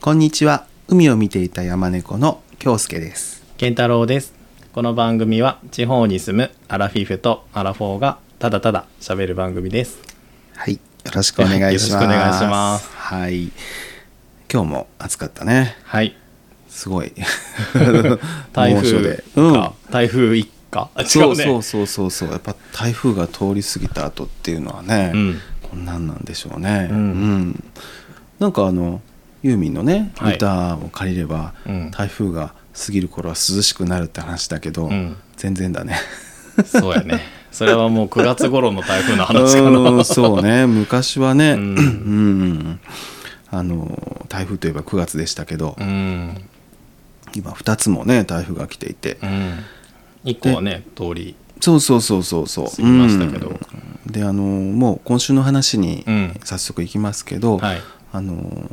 こんにちは海を見ていた山猫の京介です健太郎ですこの番組は地方に住むアラフィフとアラフォーがただただ喋る番組ですはいよろしくお願いします、はい よろしくお願いしますはい今日も暑かったねはいすごい 台猛暑風でか、うん台風一過あ違そううねそうそうそうそうやっぱ台風が通り過ぎた後っていうのはね、うんこんなんなんでしょうね、うんんなんかあのユーミンのねはい歌を借りれば、うん台風が過ぎる頃は涼しくなるって話だけど、うん全然だねそうやねそれはもう9月頃の台風の話かな うんそうね昔はね、ううんんあの台風といえば9月でしたけど、うん今2つもね台風が来ていて、うん一個はね通りそうそうそうそうそう過ぎましたけどうんであのもう今週の話にうん早速いきますけど、はいあの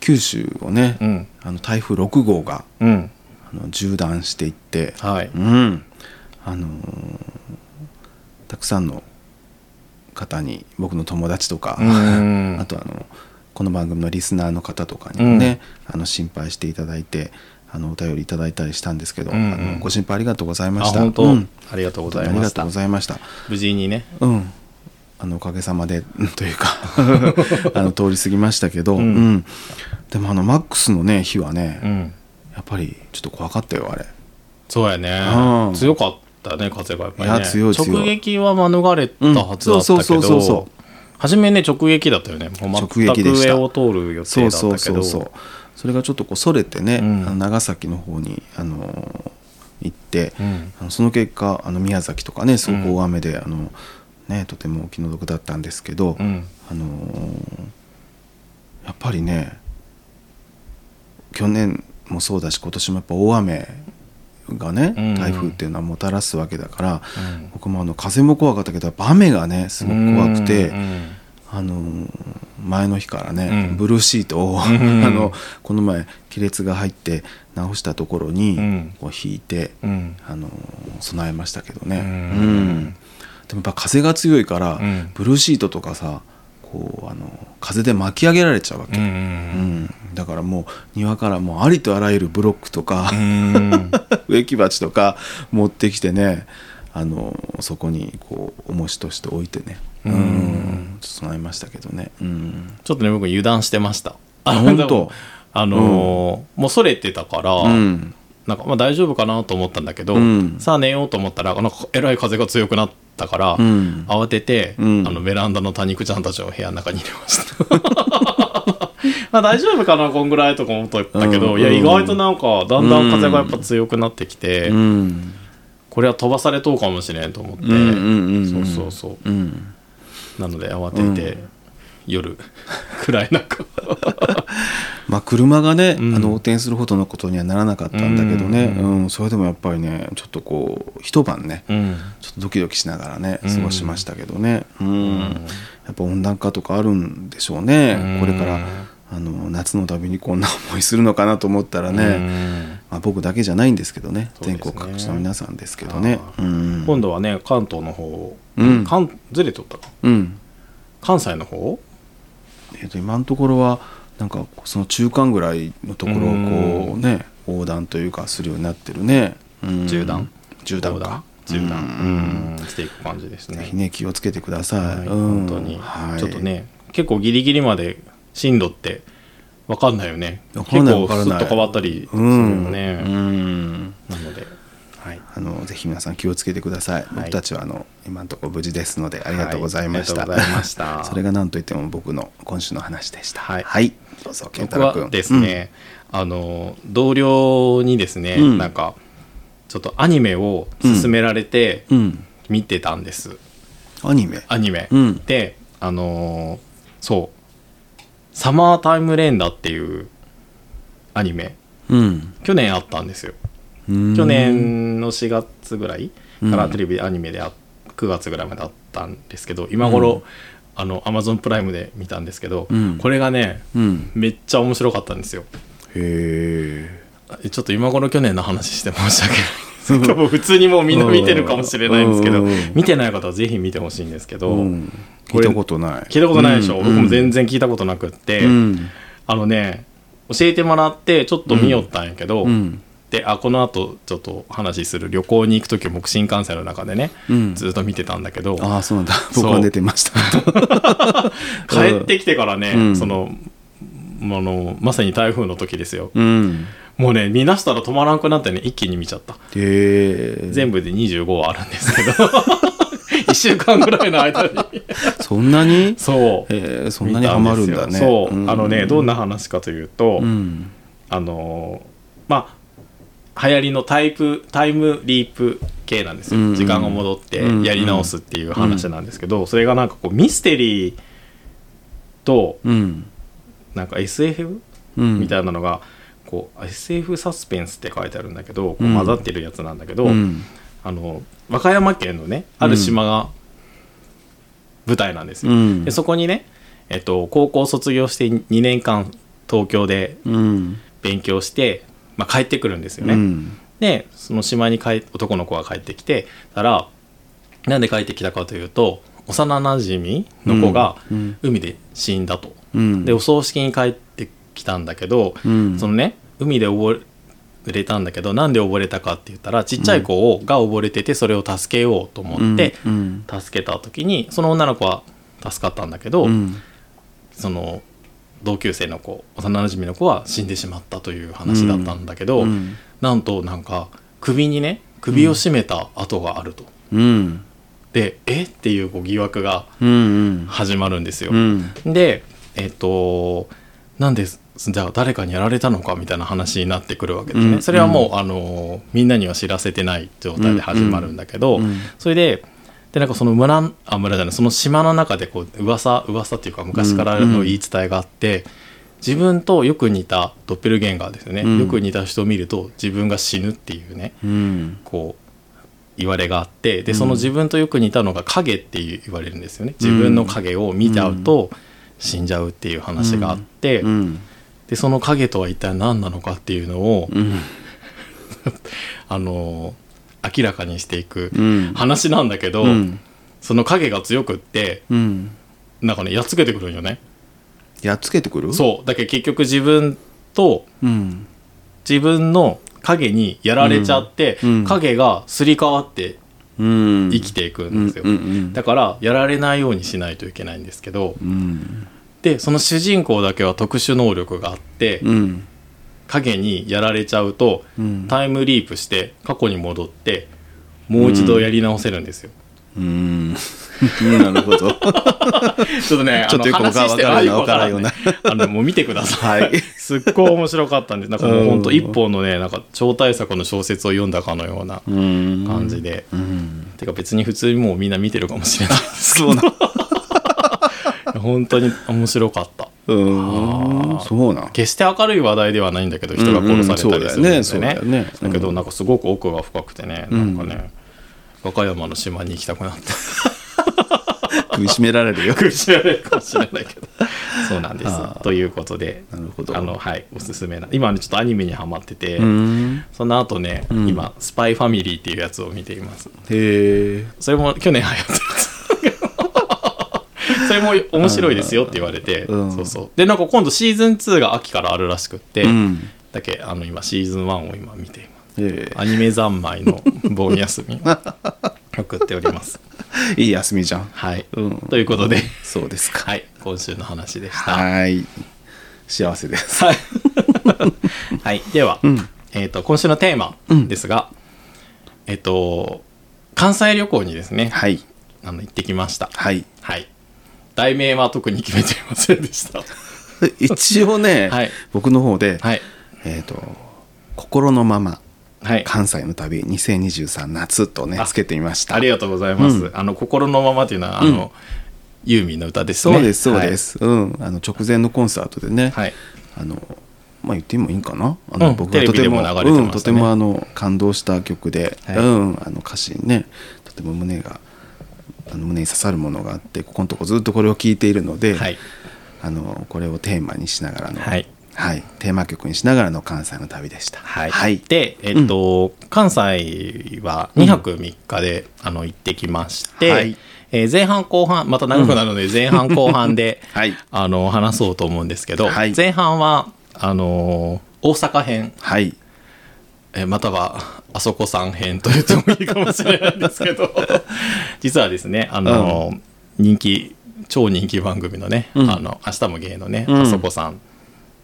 九州をね、うんあの台風6号がうんあの縦断していって、はいうんあのたくさんの方に僕の友達とか、うんあとあのこの番組のリスナーの方とかにもね、あの心配していただいてあのお便りいただいたりしたんですけど、うんうんあのご心配ありがとうございあました。本当、うんありがとうござあいりまがしとうたございました。無事にねうん、あのおかげさまで うんというかあの通り過ぎましたけど、ううんんでもあのマックスのね日はね、うんやっぱりちょっと怖かったよあれ。そうやね、うん強かったね風がやっぱり、ね、いや強い強い直撃は免れたはずだうんったそうけそうそうそうどそ初めね直撃だったよねもう直全撃くでした上を通る予定そだうったけそどうそうそう。それがちょっとこうそれてね、うんあの長崎の方にあのー行って、うんあのその結果あの宮崎とかねすごく大雨で、あのねとてもお気の毒だったんですけど、うんあのーやっぱりね去年もそうだし今年もやっぱ大雨がねうん台風っていうのはもたらすわけだから、僕もあの風も怖かったけどやっぱ雨がねすごく怖くて、うんあのー前の日からね、うんブルーシートを、ん あのこの前亀裂が入って直したところうにんこう引いて、うんあの備えましたけどね、ううんんでもやっぱ風が強いから、うんブルーシートとかさこうあの風で巻き上げられちゃうわうけ、うんんだからもう庭からもうありとあらゆるブロックとか、うん 植木鉢とか持ってきてねあのそこにこう重しとして置いてね、うんちょっと備えましたけどね、うん、ちょっとね僕油断してましたあ本当あのーもうそれてたから、うんなんかまあ大丈夫かなと思ったんだけど、うんさあ寝ようと思ったらなんかえらい風が強くなったから、うん慌てて、うんあのベランダの多肉ちゃんたちを部屋の中に入れました まあ大丈夫かなこんぐらいとか思ったけど、うんいや意外となんかだんだん風がやっぱ強くなってきて、うんこれは飛ばされとうかもしれんと思って、うんうんうんそうそうそううんうなので慌てて、夜 暗い中まあ、車がね、うんあの横転するほどのことにはならなかったんだけどね、ううんんそれでもやっぱりねちょっとこう一晩ねうんちょっとドキドキしながらねうん過ごしましたけどね、うんんやっぱ温暖化とかあるんでしょうね、うこんれからあの夏のたびにこんな思いするのかなと思ったらね、まあ、僕だけじゃないんですけどねそうです全ね国各地の皆さんですけどね。うん今度はね関東の方、うん関ずれとったかうん関西の方えーと今のところはなんかその中間ぐらいのところをこうね横断というかするようになってるね、うん縦断縦断か縦断うんうんしていく感じですねぜひね気をつけてくださ、はいいうん本当に、はいちょっとね結構ギリギリまで進路って分かんないよねわかんないわ結か構らすなっいと変わったりすうるよんね、うんなので、はい、あのぜひ皆さん気をつけてください、僕たちはあの今のところ無事ですのでありがとうございました、はいありがとうございまし たそれが何といっても僕の今週の話でしたはいどうぞ健僕太郎君はですね、あの同僚にですね、うんなんかちょっとアニメを勧められてうん、うん見てたんです、アニメアニメ、うんであのーそう「サマータイムレンダ」っていうアニメうん去年あったんですよ去去年の4月ぐらいかうらんテレビアニメであ9月ぐらいまであったんですけど今頃、うんあのアマゾンプライムで見たんですけど、うんこれがねうんめっちゃ面白かったんですよへええちょっと今頃去年の話して申し訳ないですけど もう普通にもうみんな見てるかもしれないんですけどうんうん見てない方はぜひ見てほしいんですけど、うんこ聞いれたことない聞いたことないでしょ、うん僕も全然聞いたことなくって、うんあのね教えてもらってちょっと見よったんやけど、うんであこのあとちょっとお話しする旅行に行く時も新幹線の中でね、うんずっと見てたんだけどああそうなんだそう僕は出てました帰ってきてからね、うんそのもうあのまさに台風の時ですようん もうね見なしたら止まらんくなってね一気に見ちゃったへえ全部で25あるんで すけど1週間ぐらいの間にそんなにそうえ ーそんなにハマるんだ見たねですよそう、んあのねどんな話かというと、うんあのーまあ流行りのタイプタイムリープ系なんですよ、うんうん時間を戻ってうんうんやり直すっていう話なんですけど、それがなんかこうミステリーとうんなんか SF うんみたいいなのが、こう SF サスペンスって書いてあるんだけど、こううん混ざってるやつなんだけど、うんあの和歌山県のねある島が舞台なんですよ、うんでそこにね、えっと、高校卒業して2年間東京でうん勉強して、まあ、帰ってくるんですよね、うんでその島に帰男の子が帰ってきてたらなんで帰ってきたかというと幼なじみの子がうん海で死んだと、うんでお葬式に帰ってきたんだけど、うんそのね海で溺れたんだけどなんで溺れたかって言ったらちっちゃい子をが溺れててそれを助けようと思って、うん助けた時にその女の子は助かったんだけど、うんその同級生の子幼なじみの子は死んでしまったという話だったんだけど、うんなんとなんか首にね首を絞めた跡があると。うんでえっていうこう疑惑がうん始まるんですよ。うんでえっ、となんですじゃあ誰かにやられたのかみたいな話になってくるわけですね、うんそれはもう、あのみんなには知らせてない状態で始まるんだけど、うんうんそれででなんかその村あ村じゃないその島の中でこう噂噂っていうか昔からの言い伝えがあって、自分とよく似たドッペルゲンガーですよね、うんよく似た人を見ると自分が死ぬっていうねうんこう言われがあってでその自分とよく似たのが影っていう言われるんですよね自分の影を見ちゃうと死んじゃうっていう話があって、うんでその影とは一体何なのかっていうのを、うん あの明らかにしていくうん話なんだけど、うんその影が強くってうんなんかねやっつけてくるんよね。やっつけてくるそうだけど結局自分とうん自分の影にやられちゃって、うんうん影がすり替わってうん生きていくんですよ。うんうんだからやられないようにしないといけないんですけどうんでその主人公だけは特殊能力があってうん影にやられちゃうとうんタイムリープして過去に戻ってもう一度やり直せるんですよ。うんなるほどちょっとねちょっとよくわか話してないわからんようなわからんねあのもう見てください。はいすっごい面白かったんでなんかもうほんとうん一本のねなんか超大作の小説を読んだかのような感感じで。うんてか別に普通にもうみんな見てるかもしれない ですけそうなど本当に面白かった。うんそうなん決して明るい話題ではないんだけど人が殺されたりするんうんうんでそすうだねよねそうだよねだけどなんかすごく奥が深くてね、うんなんかね和歌山の島に行きたくなった食いしめられるよ苦しめられるかもしれないけどそうなんですあーということでなるほどあのはいおすすめな今ねちょっとアニメにハマってて、うんその後ね、うん今「スパイファミリー」っていうやつを見ていますへえそれも去年流行ったや つそれも面白いですよって言われて、うんそうそうでなんか今度シーズン2が秋からあるらしくって、うんだけあの今シーズン1を今見ていますえアニメ三昧の盆休みを送っておりますえいい休みじゃんはい、うんということでそうですかはい今週の話でしたはい、はい幸せです はいでは、えっ、と今週のテーマですが、えっ、と関西旅行にですね、はいあの行ってきましたはいはい題名は特に決めていませんでした一応ねはい僕の方ではいえっと心のままはい関西の旅2023夏とねあつけてみましたありがとうございます、うあの心のままというのはあの、ユーミンの歌ですねそうですそうで、す、うんあの直前のコンサートでね、はいはいあのまあ言ってもいいんかなあの、うん僕はテレとビてでもも流れてましたねうん、とてもあの感動した曲で、はいうんあの歌詞にねとても胸があの胸に刺さるものがあってここのとこずっとこれを聴いているので、はいあのこれをテーマにしながらの、はいはいテーマ曲にしながらの関西の旅でした。はい、はい、で、えっ、と、関西は2泊3日で、あの行ってきまして、はいえー前半後半また長くなるので前半後半で、 はいあの話そうと思うんですけど、はい前半はあのー大阪編はいえーまたはあそこさん編と言ってもいいかもしれないんですけど 実はですねあのー、人気超人気番組のね「うんあの明日も芸」のね、うんあそこさん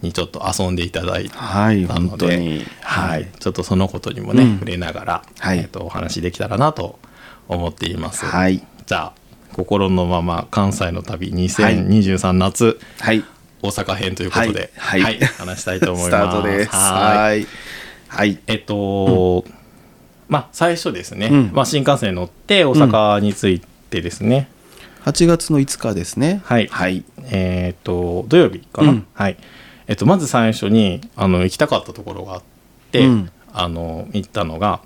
にちょっと遊んでいただいてはいなの本当でにはいちょっとそのことにもね、うん触れながら、はいえっとお話できたらなと思っています、はいじゃあ心のまま関西の旅2023夏、はい大阪編ということで、はいはい話したいと思 スいますタートですはいはいはいえっと、まあ最初ですね、うんまあ、新幹線に乗って大阪に着いてですね、 8月の5日ですねはいはいえっと土曜日かな、うんはいえっとまず最初にあの行きたかったところがあって、うんあの行ったのが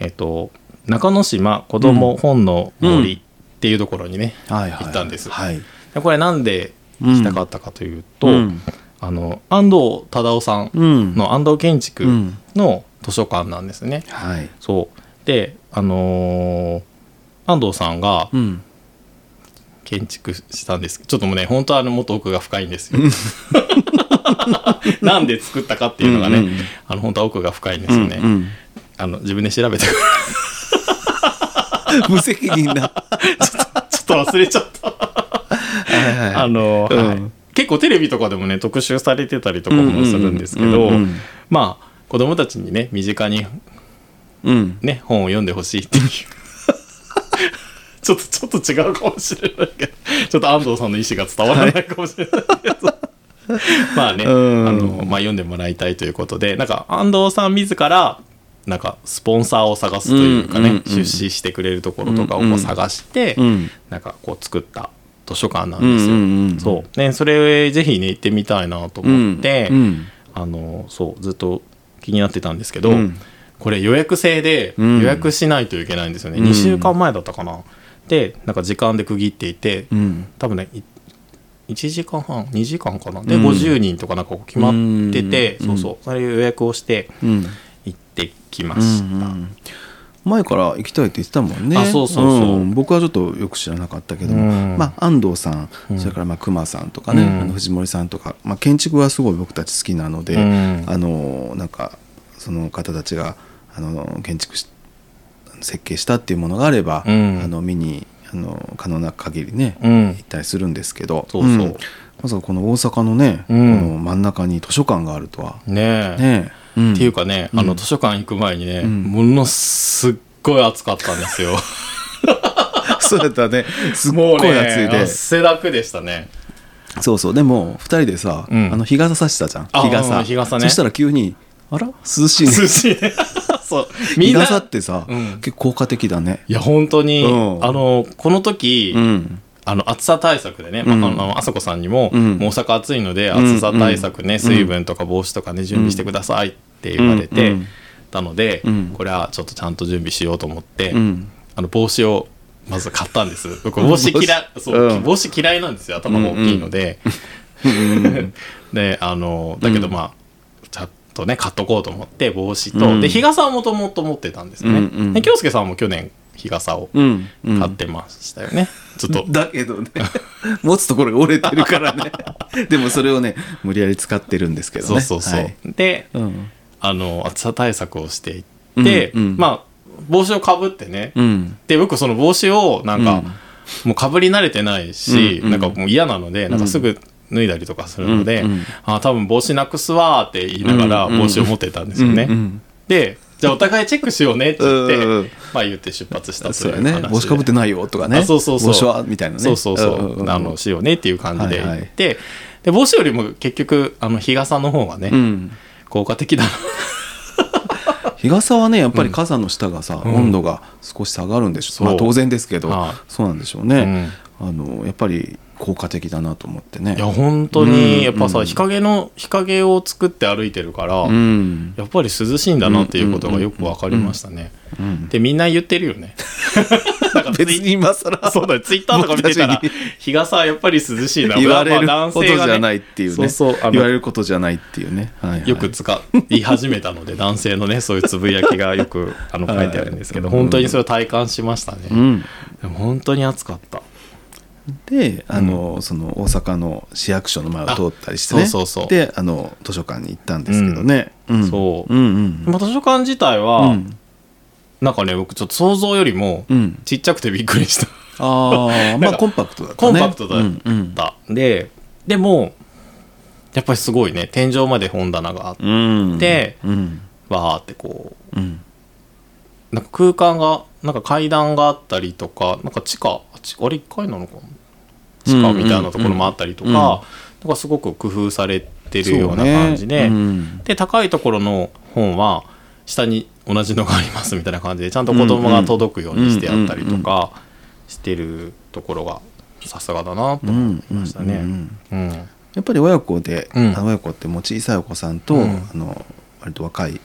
えっと中之島子ども本の森っていうところにね、はい行ったんですはいでこれなんで行きたかったかというと、うんあの安藤忠夫さんうんの安藤建う築んの図書館なんですね、はいそうであのー安藤さんがうん建築したんですちょっともうね本当はあのもっと奥が深いんですよ なんで作ったかっていうのがね、うんうんうんあの本当は奥が深いんですよね、うんうんあの自分で調べてちょ 無責任なっと忘れ ちゃったはいはいあのー、はいうん結構テレビとかでもね特集されてたりとかもするんですけうんうどんうんうんまあ子供たちにね身近にうんね本を読んでほしいっていうちょっとちょっと違うかもしれないけどちょっと安藤さんの意思が伝わらないかもしれないけど、まあね、うんあのまあ、読んでもらいたいということでなんか安藤さん自らなんかスポンサーを探すというかうね、んうんうん出資してくれるところとかをこう探して、うんなんかこう作った図書館なんうんですよ。うんうんそうね、それぜひね行ってみたいなと思って、うんあのそうずっと気になってたんですけど、うんこれ予約制でうん予約しないといけないんですよね、うん2週間前だったかなでなんか時間で区切っていて、うん多分ねい1時間半2時間かなで、うん50人とかなんかこう決まってて、うんそうそうそれ予約をしてうん行ってきまうした、んうん前から行きたいって言ってたもんねあそうそうそうん僕はちょっとよく知らなかったけども、うんまあ、安藤さん、うんそれからまあ熊さんとかね、うんあの藤森さんとか、まあ、建築はすごい僕たち好きなので、うんあのなんかその方たちがあの建築し設計したっていうものがあれば、うんあの見にあの可能な限りね、うん行ったりするんですけどそうそうんまさかこの大阪のね、うんこの真ん中に図書館があるとは。ねえねえん っていうかね、うんあの図書館行く前にね、うんものすっごい暑かったんで すよそうだったね。すっ ごい暑いもうねで。汗だくでしたねそうそう。でも、二人でさ、うんあの、日傘差してたじゃん。あ日う傘。ん日傘ねそしたら急に、あら涼しいね。涼しいね そうみ日んな傘ってさ、うん結構効果的だね。いや本当に、うんあのこの時、うん。あの暑さ対策でね、うんまあ、あのあさこさんにも,、うんもう大阪暑いのでうん暑さ対策ね、うん水分とか帽子とかね準備してくださいって言われて、うんたので、うんこれはちょっとちゃんと準備しようと思って、うん。あの帽子をまず買ったんです僕帽子嫌いそう、うん帽子嫌いなんですよ頭が大きいので、 であのだけどまあ、ちゃんとね買っとこうと思って帽子と、うんで日傘をもともと持ってたんですね、うんうんで京介さんも去年日傘をうん。うん買ってましたよね、ちょっとだけどね、持つところが折れてるから ね。でもそれをね、無理やり使ってるんですけどね。そうそうそう、はいでうん。あの暑さ対策をしていって、うんうんまあ帽子をかぶってね、うん。で僕その帽子をなんか、うんもうかぶり慣れてないし、うんうんなんかもう嫌なのでなんかすぐ脱いだりとかするので、うんうんあ多分帽子なくすわーって言いながらうんうん帽子を持ってたんですよね、うんうんでじゃあお互いチェックしようねって言って、うんうんまあ言って出発したとそいううや話でね。帽子かぶってないよとかね。あそうそうそう帽子はみたいなね。そうそうそう、んんんあのしようねっていう感じではいは言いって、で帽子よりも結局あの日傘の方がね、うん。効果的だな日傘はねやっぱり傘の下がさ、うん温度が少し下がるんでしょ、そうまあ、当然ですけど、はいそうなんでしょうね、あのやっぱり効果的だなと思ってねいや本当にやっぱうさん日陰の日陰を作って歩いてるから、うん、やっぱり涼しいんだなっていうことがよくわかりましたね。うん、でみんな言ってるよね。 なんかツイ別に今更そうだよツイッターとか見てたら僕た日傘はやっぱり涼しいな言われるまあことじゃないっていうねそうそうあの言われることじゃないっていうね、はいはいよく使い始めたので男性のねそういうつぶやきがよくあの書いてあるんですけどはい本当にそれを体感しましたね。うんでも本当に暑かった。であの、その大阪の市役所の前を通ったりしてねあそうそうそうであの図書館に行ったんですけどね、うんそううんうんまあ、図書館自体うは、んなんかね僕ちょっと想像よりもうんちっちゃくてびっくりした、あ あまなんあかコンパクトだったねコンパクトだうっんうんたででもやっぱりすごいね天井まで本棚があってうんでうんわーってこうんうなんか空間がなんか階段があったりとかなんか地下あ地あれ1階なのかな地下みたいなところもあったりとか、うんうんうんなんかすごく工夫されてそうるような感じで、ねうんで高いところの本は下に同じのがありますみたいな感じでちゃんと子供が届くようにしてあったりとかしてるところがさすがだなとう思んいましたね。うんうんうんうんやっぱり親子で、うんあの親子ってもう小さいお子さんと、うんあの割と若い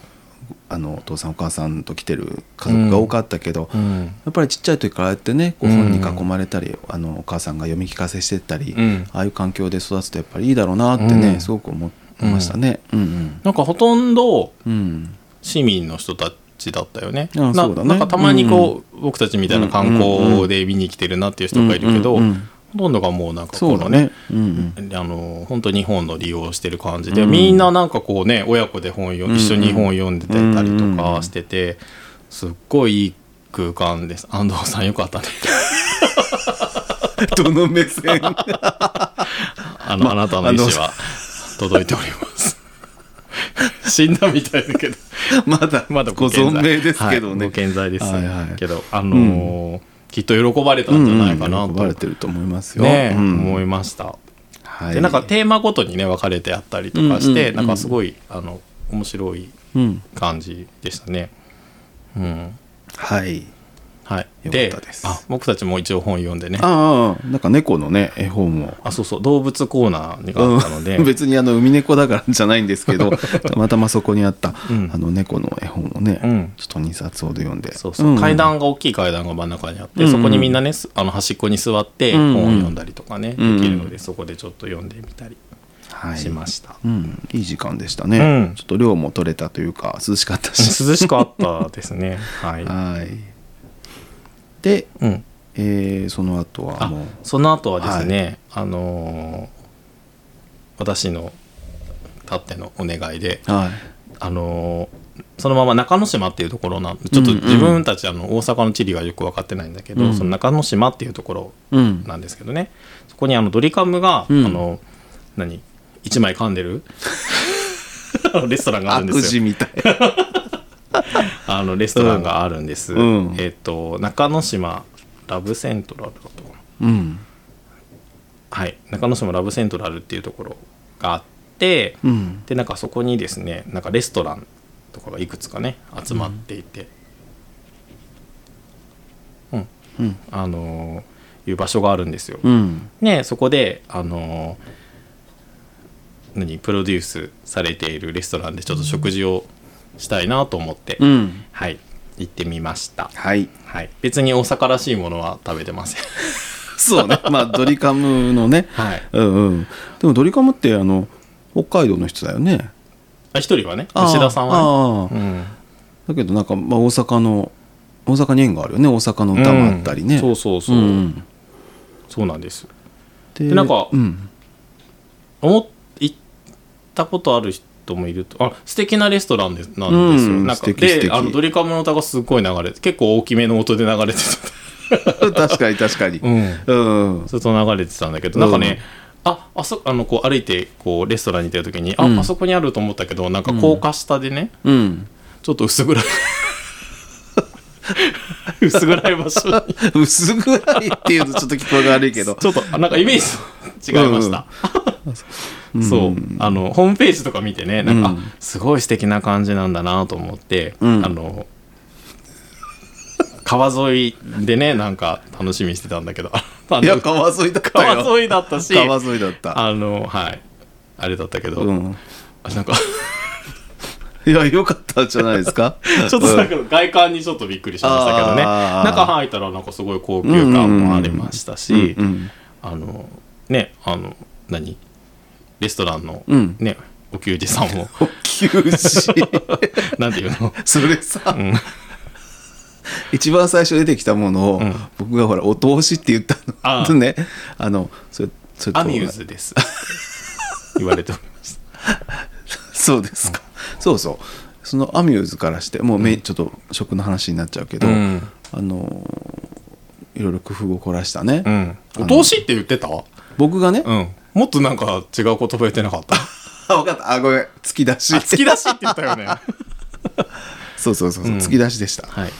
あのお父さんお母さんと来てる家族が多かったけど、うやんっぱりちっちゃい時からああやってねこううん本に囲まれたり、あのお母さんが読み聞かせしてったり、うんああいう環境で育つとやっぱりいいだろうなってね、うんすごく思いましたね。うんなんかほとんどうんうん市民の人たちだったよね。あなそうだねなんかたまにこう、僕たちみたいな観光で見に来てるなっていう人がいるけど、うんうんうんほとんどがもうなんかそこうだのねね。 うんあの本当に本の利用してる感じで、うんみんななんかこうね親子で本ようん一緒に本読んでたりとうかんしてて、すっごいいい空間です安藤さんよ かったねどの目線あの、あ、なたの意思は届いております 死んだみたいだけど まだ まだご健存在命ですけどはいね。ご健在です、はいはいけどあのーきっと喜ばれたんじゃないかなうんうん喜と、ばれてると思いますよ。ね、うん思いましたはいでなんかテーマごとにね分かれてあったりとかうして、んうんうんなんかすごいあの面白いうん、感じでしたね。うん。はい。はい。よかったですあ、僕たちも一応本読んでね。あああ、なんか猫のね、絵本も。そうそう、動物コーナーがあったので。うん 別にあの海猫だからじゃないんですけ どたまたまそこにあった、うんあの猫の絵本をね、うんちょっと2冊ほど読んでそうそう、ん階段が大きい階段が真ん中にあって、うんうんそこにみんなねすあの端っこに座ってうんうん本を読んだりとかね、うんうんできるのでそこでちょっと読んでみたりはいしました、うん、いい時間でしたね、うんちょっと量も取れたというか涼しかったし、涼しかったですね はい、はいで、うん、えーその後はあもうその後はですね、あのー私のたってのお願いではいあのーそのまま中之島っていうところなちょっとうんうん自分たちあの大阪の地理がよく分かってないんだけど、うんその中之島っていうところうんなんですけどねそこにあのドリカムが、うんあの何一枚噛んで るあのレストランがあるん悪です事よみたい なあのレストランがあるんです、うんえっ、と中之島ラブセントラルだと思ううんはい中之島ラブセントラルっていうところがあって、うんでなんかそこにですねなんかレストランとかがいくつかね集まっていて、うんうんあのーいう場所があるんですよ。うんねそこであのー何プロデュースされているレストランでちょっと食事をしたいなと思って、うんはい行ってみました。はいはい、別に大阪らしいものは食べてません。そうねまあドリカムのねはい、うんうん、でもドリカムってあの北海道の人だよねあ一人はね吉田さんは、は、ねだうん、けどなんか、まあ、大阪の大阪に縁があるよね大阪の歌もあったりね、うんそうそうそう、うんそうなんです。ででなんかうん、思っ行ったことある人もいるとあ素敵なレストランでなんですよ、うんなんか素敵素で敵あのドリカムの歌がすごい流れて結構大きめの音で流れて 確かに確かにた、うん、うんずっと流れてたんだけうんどなんかね、ああそあのこう歩いてこうレストランに行った時に、うんああそこにあると思ったけどなんか高架下でね、うん、ちょっと薄暗い 薄暗い場所に薄暗いっていうとちょっと聞こえが悪いけど ちょっとあなんかイメー ジと違いました、そうあのホームページとか見てねなんか、うんあすごい素敵な感じなんだなと思って、うんあの川沿いでねなんか楽しみにしてたんだけどああのい や川沿いだったよ川沿いだったし川沿いだったあのはいあれだったけど、うんあなんか いやよかったんじゃないですか ちょっとなんか外観にちょっとびっくりしましたけどねあー中入ったらなんかすごい高級感もありましたし、うんうんあのねあの何レストランの、うんねお給仕さん もお給仕 なんていうのそれさ、うん一番最初出てきたものを、うん僕がほらお通しって言ったああのねあのそれそれとアミューズ です言われておりますそうですか、そうそうそのアミューズからしてもうめ、ちょっと食の話になっちゃうけど、うんあのいろいろ工夫を凝らしたね、うんあのお通しって言ってたう僕がね、んもっとなんか違う言葉言ってなかった あ分かったあごめん突き出しあ突き出しって言ったよね は そうそうそうそう、うん突き出しでしたいい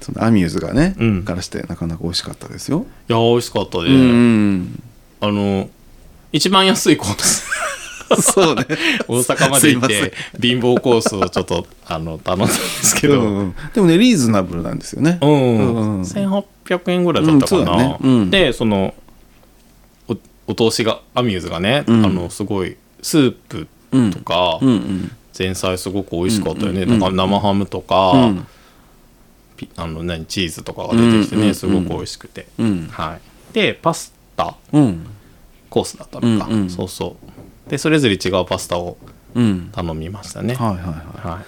そのアミューズがね、うんからしてなかなか美味しかったですよ、やー美味しかったで、 うんあの一番安いコー スそうね大阪まで行っすいまて貧乏コースをちょっとあの頼んだんですけせんど、うんでもねリーズナブルなんですよねうん、うん1800円ぐらいだったかな、うんそうだねうんでそのおお通しがアミューズがね、うんあのすごいスープとか、うんうん前菜すごく美味しかったよね、うんうんうんなんか生ハムとか、うんピあの何チーズとかが出てきうんてね、うんうんすごく美味しくて、うんはい、でパスタうんコースだったのか、うんうんそうそうでそれぞれ違うパスタをうん頼みましたね、はいはいははい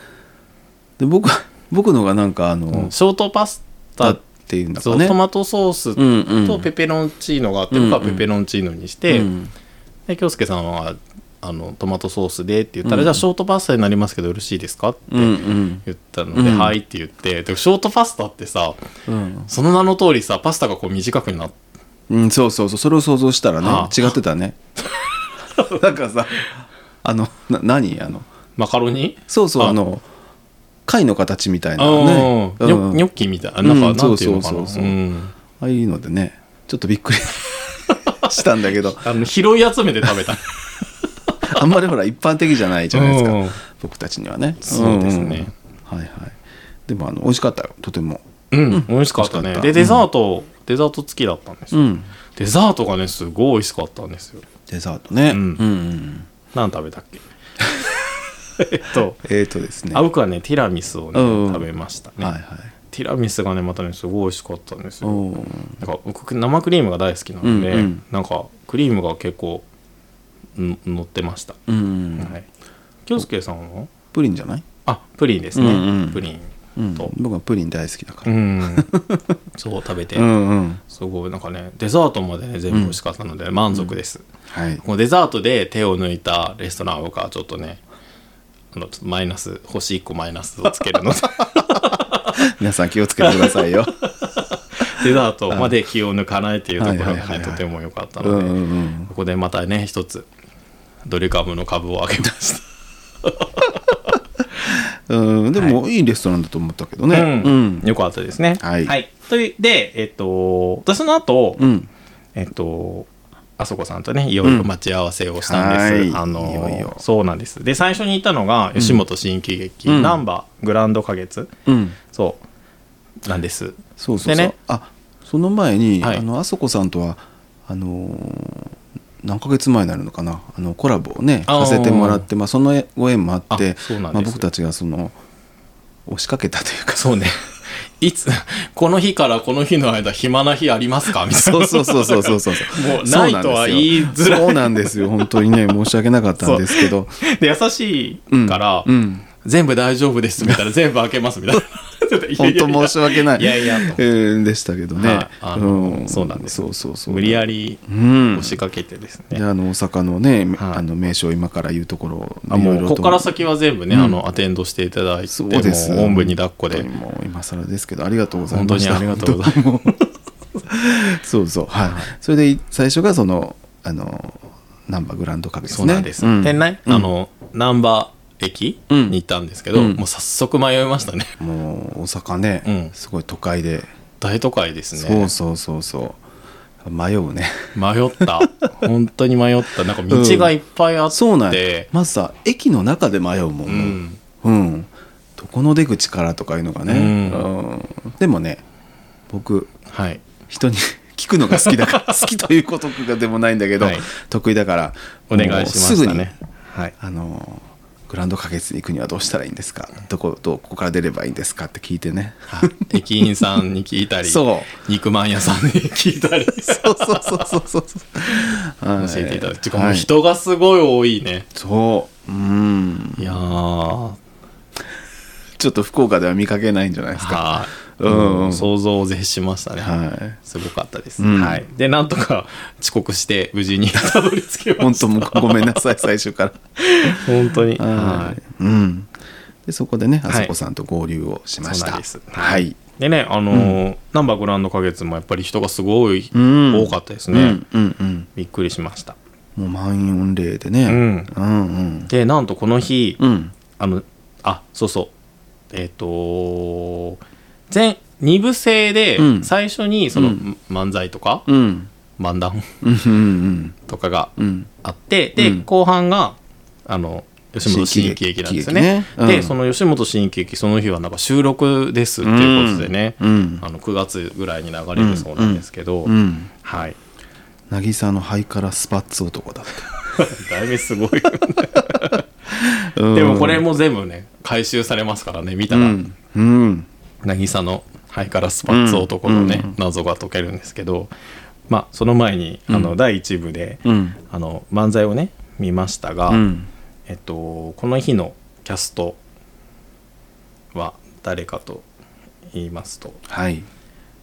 で僕は僕のがなんかあの、うんショートパスだっタていうんだそかうねトマトソースうんうんとペペロンチーノがあって僕はうんうんペペロンチーノにして、うんで京介さんはあのトマトソースでって言ったら、うんじゃあショートパスタになりますけどよろしいですかってうんうん言ったので、うんはいって言ってでショートパスタってさうんその名の通りさパスタがこう短くなってうん、そうそうそうそれを想像したらねああ違ってた ねなんかさあのな何あのマカロニそうそうああの貝の形みたいなのねね、ニョうんニョッキみたいななんか、うんなんていうのかなそうそうそうそううんああいうのでねちょっとびっくり したんだけどあの拾い集めて食 べたあんまりほら一般的じゃないじゃないですか、うん僕たちにはねそうですねうんうんはいはいでもあの美味しかったよとてもうん、美味しかった美味しねかったでデザート、デザート付きだったんですよ、んデザートがねすごい美味しかったんですよデザートね、うんうん何食べたっけ えっとえーとですねはあい僕はねティラミスをね、うん食べましたね、はいティラミスがねまたねすごい美味しかったんですよおーなんか僕生クリームが大好きなので、うんうんなんかクリームが結構ん乗ってました、うん、はい京介さんはプリンじゃない、あプリンですね、うんうんプリンうんと、僕はプリン大好きだかうら、 んそう食べて、うんうんすごいなんかねデザートまでね全部美味しかったので満足です、はいこのデザートで手を抜いたレストランは僕はちょっとねあのちょっとマイナス星1個マイナスをつけるので 皆さん気をつけてください よデザートまで気を抜かないというところがはいはいはいねはいとても良かったうんのうで、んうんここでまたね一つドリカムの株を上げましうん、でも、い、いレストランだと思ったけどね。た、ううんん、良かったですねはいというでえっと私の後、うん、えっとあそこさんとねいよいよ待ち合わせをしたんです、うんはいあのいよいよそうなんですで最初に行ったのが吉本新喜劇、うんナンバーグランド花月うん、そうなんですそうそうそう。でねあ、その前に、はいあのあそこさんとはあのー何ヶ月前になるのかな、あのコラボをねあーさせてもらって、まあそのご縁もあってあ、そうなんまあです僕たちがその押しかけたというか、そうね いつこの日からこの日の間暇な日ありますかみたいそうなそうそうそうそうそうもうないとは言いづらいそうなんですよ。そうなんですよ本当にね申し訳なかったんですけど、で優しうんいから、うん、全部大丈夫ですみたいな全部開けますみたいなちょっとい や本いやいや当申し訳ないいやいやとえーでしたけどね はい、あのそうなんですそうそうそう無理やりうん押しかけてですね、であの大阪のね、はいあの名所を今から言うところをねあもいろいうろことこから先は全部ね、うんあのアテンドしていただいてそもうですうおんぶに抱っこで本当にもう今更ですけどありがとうございました本当にありがとうございます そうそうはい、それで最初がそのあのナンバーグランド花月ねそうなんです、うんでね、うんあの難波駅うにん行ったんですけど、うんもう早速迷いましたねもう大阪ね、うんすごい都会で、大都会ですそうねそうそうそう迷う ね迷った本当に迷ったなんか道がいっぱいあって、そうなんやまずさ駅の中で迷うも、うんんうん、どこの出口からとかいうのがね、うんうんでもね僕はい人に 聞くのが好きだから 好きということがでもないんだけど、はい得意だからお願いしもましうたすぐにねはいあのグランド花月に行くにはどうしたらいいんですかどこどこから出ればいいんですかって聞いてねはい駅員さんに聞いたりそう肉まん屋さんに聞いたり そうそうそうそうそう教はいえていただいて、てかもはうい人がすごい多いねそううんいやーちょっと福岡では見かけないんじゃないですかはうんうん想像を絶しましたね、はすごかったです、うんはい、でなんとか遅刻して無事にたどり着けい本まし当たもうごめんなさい最初から本当にははいい、うん、でそこでねいあさこさんと合流をしましそうなた、んですはい、でねあのーナンバーグランド花月もやっぱり人がすごいうん多かったですね、うんうんびっくりしましたうんもう満員御礼でね、うんうんうんでなんとこの日、うんあのあそうそうえっ、と前2部制でうん最初にその、うん漫才とかうん漫談 うんうんとかがうんあってで、うん後半があの吉本新喜劇なんですよね新喜劇ねうんでその吉本新喜劇その日はなんか収録ですっていうことでね、うんあの9月ぐらいに流れるそうなんですけど、うんはい渚の肺からスパッツ男だっだいぶすごいた、うんでもこれも全部ね回収されますからね見たうら、ん、うん、渚のハイカラスパッツ男のね、うん謎が解けるんですけど、まあ、その前にあの、うん第1部で、うんあの漫才をね見ましたが、うんえっと、この日のキャストは誰かと言いますと、はい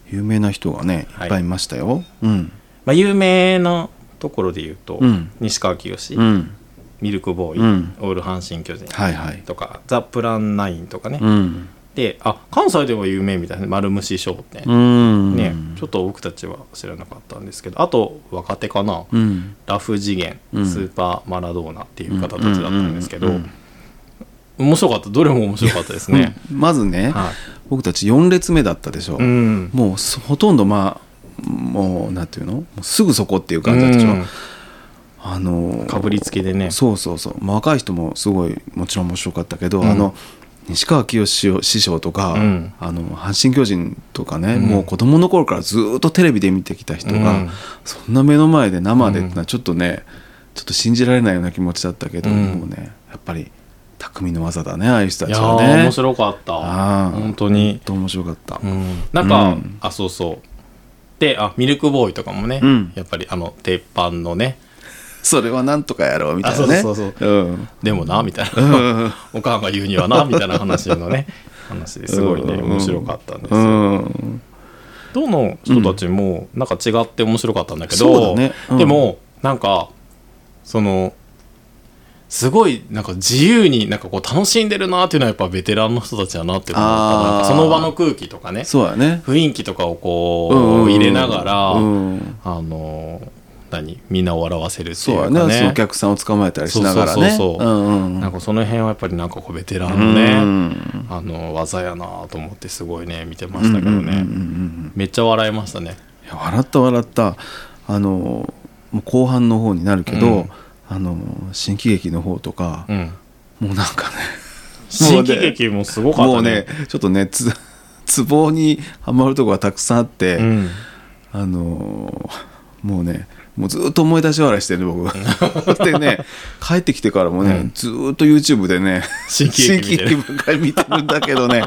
有名な人がねいっぱいいましたよ、うんまあ、有名なところで言うと、うん西川きよし、うんミルクボーイ、うんオール阪神・巨人はいはいとか、ザ・プランナインとかね、うんであ関西では有名みたいな丸虫商店、うんね、ちょっと僕たちは知らなかったんですけどあと若手かな、うんラフ次元、うんスーパーマラドーナっていう方たちだったんですけど、うんうんうん面白かったどれも面白かったですね。うんまずね、はい僕たち4列目だったでしょ、うん、もうそほとんどまあもうなんていうのもうすぐそこっていう感じだったでしょ、あのかぶりつきでねそうそうそう、まあ、若い人もすごいもちろん面白かったけど、うんあの西川きよしを師匠とか、うんあの阪神・巨人とかね、うんもう子供の頃からずっとテレビで見てきた人が、うんそんな目の前で生でってのうはちょっとねちょっと信じられないような気持ちだったけど、うんもうねやっぱり匠の技だねああいう人たいやちはね。ー面白かったあー本当に、本当面白かったう。ん、なんか、うんあそうそうであミルクボーイとかもね、うんやっぱりあの鉄板のねそれはなんとかやろうみたいなね。あそうそううんでもなみたいな、うん。お母さんが言うにはなみたいな話 のね話ですごいね面白かったんですよ、うん。どの人たちもなんか違って面白かったんだけそど、うだねうんでもなんかそのすごいなんか自由になんかこう楽しんでるなっていうのはやっぱベテランの人たちだなっていうのがなんあーかその場の空気とかねそうだね。雰囲気とかをうんうんこううん入れながら、うんあの何みんなを笑わせるっていそううかだねね。そのお客さんを捕まえたりしながらね。そうそうそうそうんなんかその辺はやっぱりなんかこうベテランうのん。ね、うんあの技やなと思ってすごいね見てましたけどね、うんうんうんうんめっちゃ笑いましたね。いや笑った笑った。あのもう後半の方になるけうどん、あの新喜劇の方とかう、んもうなんかね、新喜劇もすごかっもたうねね。、ちょっとねつ ツボにはまるとこがたくさんあって。うんあのーもうねもうずーっと思い出し笑いしてる僕 でね帰ってきてからもね、うんずーっと YouTube でね新喜劇見てる新喜ばっかり見てるんだけどねや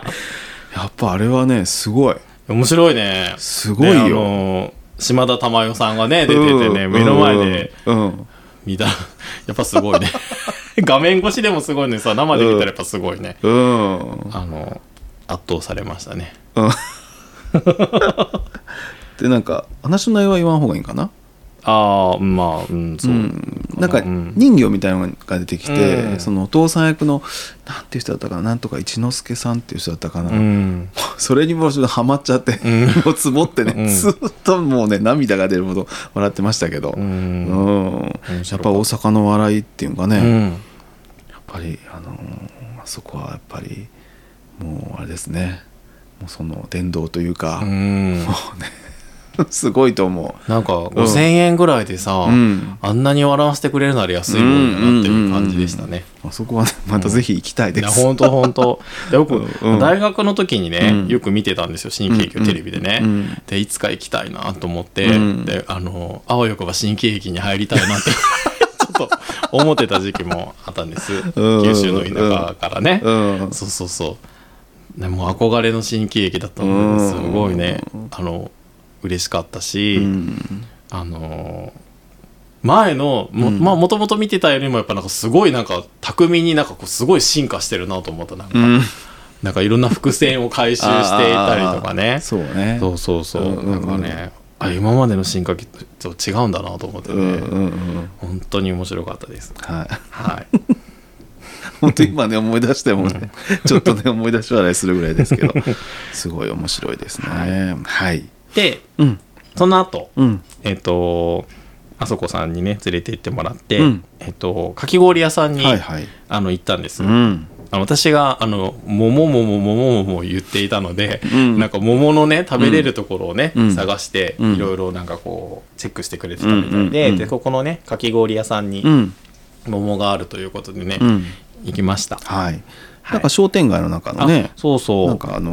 っぱあれはねすごい面白いね。すごいよであの島田珠代さんがね、出ててね、目の前でうん、うん見たら、 やっぱすごいね。 画面越しでもすごいのにさ、生で見たらやっぱすごいね。うんあの、圧倒されましたね。うんでなんか話の内容は言わん方がいいんかなああ、まあ、うん、そうう。ん、なんかうん人形みたいなのが出てきて、うんそのお父さん役のなんていう人だったかななんとか一之輔さんっていう人だったかな、うん。 それにもうちょっとハマっちゃって、んもう積もってね、うんずっともうね涙が出るほど笑ってましたけど、ううんん。面や白っかぱった大阪の笑いっていうかね、うやっん。ぱり、あのーあそこはやっぱりもうあれですねもうその殿堂というかう、んもうね すごいと思なんか5000円ぐらいでさ、うんあんなに笑わせてくれるなら安いもんだなっていう感じでしたね。うあそこはね、またぜひ行きたいでいやす、本当本当で僕、うん大学の時にね、うんよく見てたんですよ新喜劇をテレビでね、うんでいつか行きたいなと思って、うんであのあわよくば新喜劇に入りたいなって ちょっと思ってた時期もあったんです、うん九州の田舎からね、うんそうそうそうでもう憧れの新喜劇だったのでうんすごいねあの嬉しかったし、うんあのー前のも,、うんまあ、もともと見てたよりもやっぱなんかすごいなんか巧みになんかこうすごい進化してるなと思ったなんか、うんなんかいろんな伏線を回収していたりとかねそうねそうそうそう、うんうんうんなんかねあ今までの進化系と違うんだなと思ってね、うんうんうん本当に面白かったですはいはい 本当今ね思い出してもね、ちょっとね思い出し笑いするぐらいです けどすごい面白いですねはい、でうんその後うんえっ、とあそこさんにね連れて行ってもらって、うんえっとかき氷屋さんに、はいはいあの行ったんです、うんあの私があの桃ももももも言っていたので、うんなんか桃のね食べれるところをね、うん探して、うんいろいろなんかこうチェックしてくれてたみたいで,、うんうんうんでここのねかき氷屋さんにうん桃があるということでね、うん行きました、はいなんか商店街の中のあねそうそうなんかあのー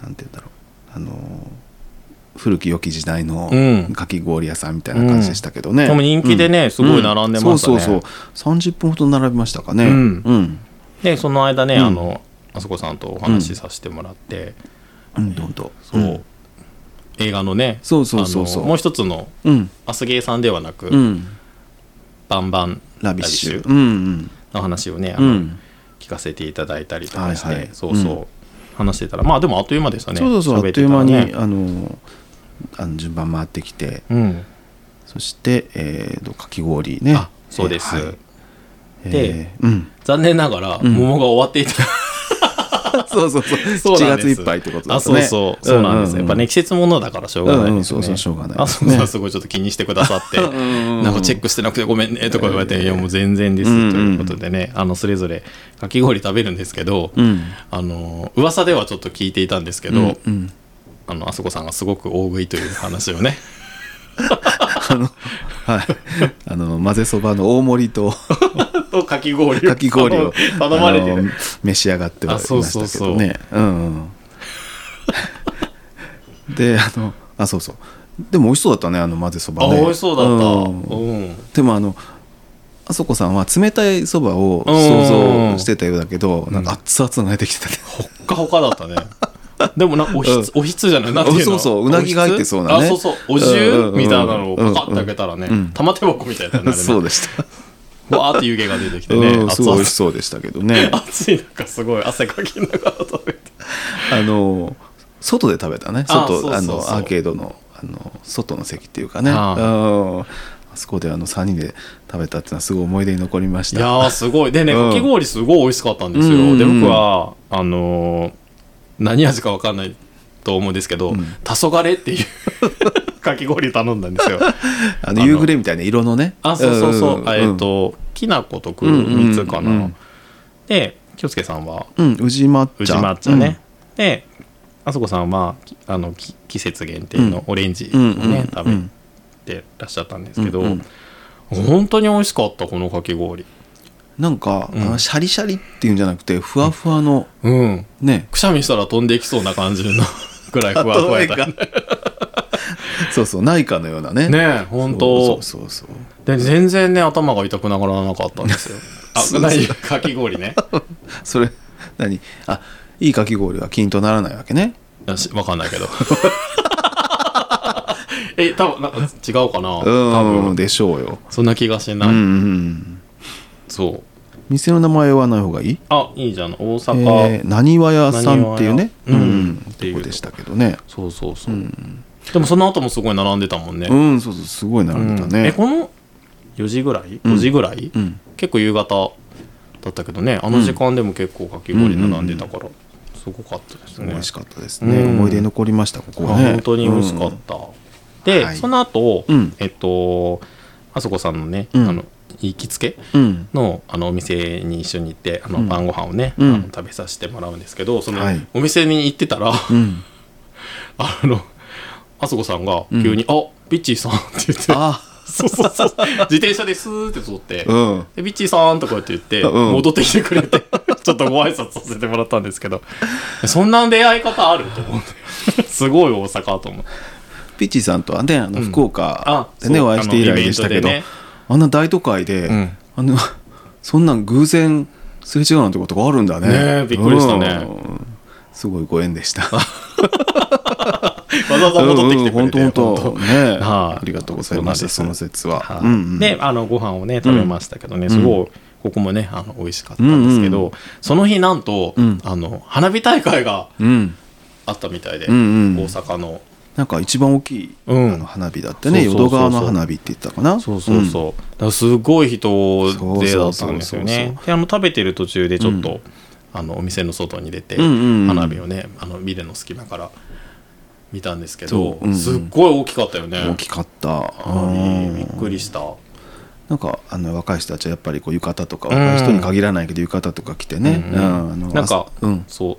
なんて言うんだろうあのー古き良き時代のうんかき氷屋さんみたいな感じでしたけどね、うんでも人気でねうすごい並んでましたうねんそうそうそう30分ほど並びましたかねうんうん、でその間ね、うんあのあそこさんとお話しさせてもらって、うん、どんどんそう、映画のねそうそうそうそうあのもう一つのうんアスゲーさんではなく、うんバンバンラビッシュラビッうんの話をね、あうんうのん聞かせていただいたりとかして、はいはいそうそう、うん話してたらまあでもあっという間でしたねそうそうそうあ喋ってとたいうら間に、ねあのーあの順番回ってきてうんそして、えーと、かき氷ねあそうです、えーはいでえーうん残念ながらん桃が終わって いた、そうそうそう。 そう7なんです月いっぱいってことあですそうね。そうそうなんです、ううやっぱね季節ものだからしょうがないですよね、うんうんそうそうしょうがないあそこさんすごいちょっと気にしてくださって んうんなんかチェックしてなくてごめんねとか言われて、いやもう全然です、うんうんということでねあのそれぞれかき氷食べるんですけど、うん。あの噂ではちょっと聞いていたんですけど、うんうんあのあそこさんがすごく大食いという話をねあの、はい。あの、混ぜそばの大盛りととかき氷かき氷を 頼頼まれてあのね召し上がってはいまあそうそうしたけそうどね。うんうん。で、あの、あ、そうそう。でも美味しそうだったね、あの混ぜそばあね。美味しそうだったんうんでもあのあそこさんは冷たいそばをうん想像してたようだけど、なんか熱々が出てきてたね。ほっかほかだったね でもなおひつ、おひつじゃないなんていうのそうそううなぎが入ってそうなねおひつあそうそうお重、うんうんうんみたいなのをパカッて開けたらね、うん玉手箱みたいなのに なそうるねでした。わーって湯気が出てきてねうん、す熱ごい々美味しそうでしたけどね暑い中すごい汗かきながら食べてあの外で食べたねあ外そうあそうそうのアーケードのあの外の席っていうかね、はうんあそこであの3人で食べたっていうのはすごい思い出に残りましいたやーすごいでね、うんかき氷すごい美味しかったんですよ、うんうんでうん僕はあのー何味か分かんないと思うんですけど、ん黄昏っていう かき氷頼んだんですよあの夕暮れみたいな色のねあそうそうそう、んあえっ、ときな粉と黒蜜かな、うんうんうんで京介さんはうん宇治抹茶宇治抹茶ね、であそこさんはきあのき季節限定のオレンジをうん、ね、うんうん食べてらっしゃったんですけど、うんうん本当に美味しかったこのかき氷なんか、うんあのシャリシャリっていうんじゃなくてふわふわのうんねくしゃみしたら飛んでいきそうな感じの ぐらいふわふわやったね そうそうないかのようなねえ本当そうそうそうそうで全然ね頭が痛くならなかったんです よそあう何かき氷ねそれ何あいいかき氷は均とならないわけねいやしわかんな いけどえ多分なんか違うかな多うん分でしょうよそんな気がしなうい、んうんそう店の名前はない方がいいあいいじゃん大え阪、ー何和屋さんっていうね何和屋うんとこでしたけどねそうそうそう、でもその後もすごい並んでたもんね、うんそうそうすごい並んでたうんえねこの4時ぐらいん5時ぐらい、うん結構夕方だったけどねあの時間でも結構かき氷並んでたから、すごかったです美ね味しかったですねうん思い出に残りましたここはあね本当に美味しかった、で、はいその後、うんえっとあそこさんのね、うんあの行きつけうんのあのお店に一緒に行ってあのうん晩ご飯をね、うんあの食べさせてもらうんですけどその、はいお店に行ってたら うんあのあそこさんが急に「あビッチーさん」って言ってあ そうそうそう自転車ですーって通って、うんでビッチーさんとかって言って、うん戻ってきてくれて ちょっとご挨拶させてもらったんですけどそんな出会い方あると思って すごい大阪と思ってピッチーさんとはねあの福岡あでねそうお会いして以来でしたけどあのイベントあんな大都会でうんあのそんなん偶然すれ違うなんてことがあるんだねねえびっくりしたねうんすごいご縁でしたわざわざ戻ってきてくれて、うんうん本当本当本 当ねはいありがとうございましたそそうなのんです説は、はいうんうんであのご飯をね食べましたけどね、すごいここもねあの美味しかったんですけど、うんうその日なんと、うんあの花火大会がうん、あったみたいで、うんうん大阪のなんか一番大きい、うんあの花火だったねそうそうそうそう淀川の花火って言ったかなそうそうそう、だからすごい人でだったんですよそうそうそうねそであの食べてる途中でちょっと、うんあのお店の外に出て、うんうんうん花火をねあのビルの隙間から見たんですけど、そううんうんすっごい大きかったよねうん大きかった花う火んびっくりした、なんかあの若い人たちはやっぱりこう浴衣とか若い人に限らないけど浴衣とか着てね、うんうんうあのなんかうん、そう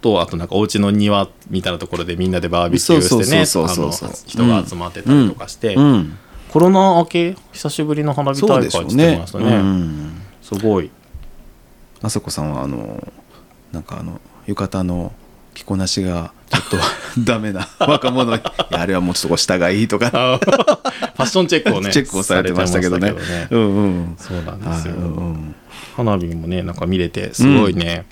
とあとなんかお家の庭みたいなところでみんなでバーベキューしてねそうそうそうあそうそうの人が集まってたりとかして、うん、コロナ明け久しぶりの花火そう大会でっしょてう言ってねましたうねん、すごいあさこさんはあのなんかあの浴衣の着こなしがちょっと ダメな若者にいやあれはもうちょっとこう下がいいとか、あファッションチェックを ねチェックをされてましたけどねされてましたけうどねんうんそうなんではすいよ、うん花火もねなんか見れてすごいね、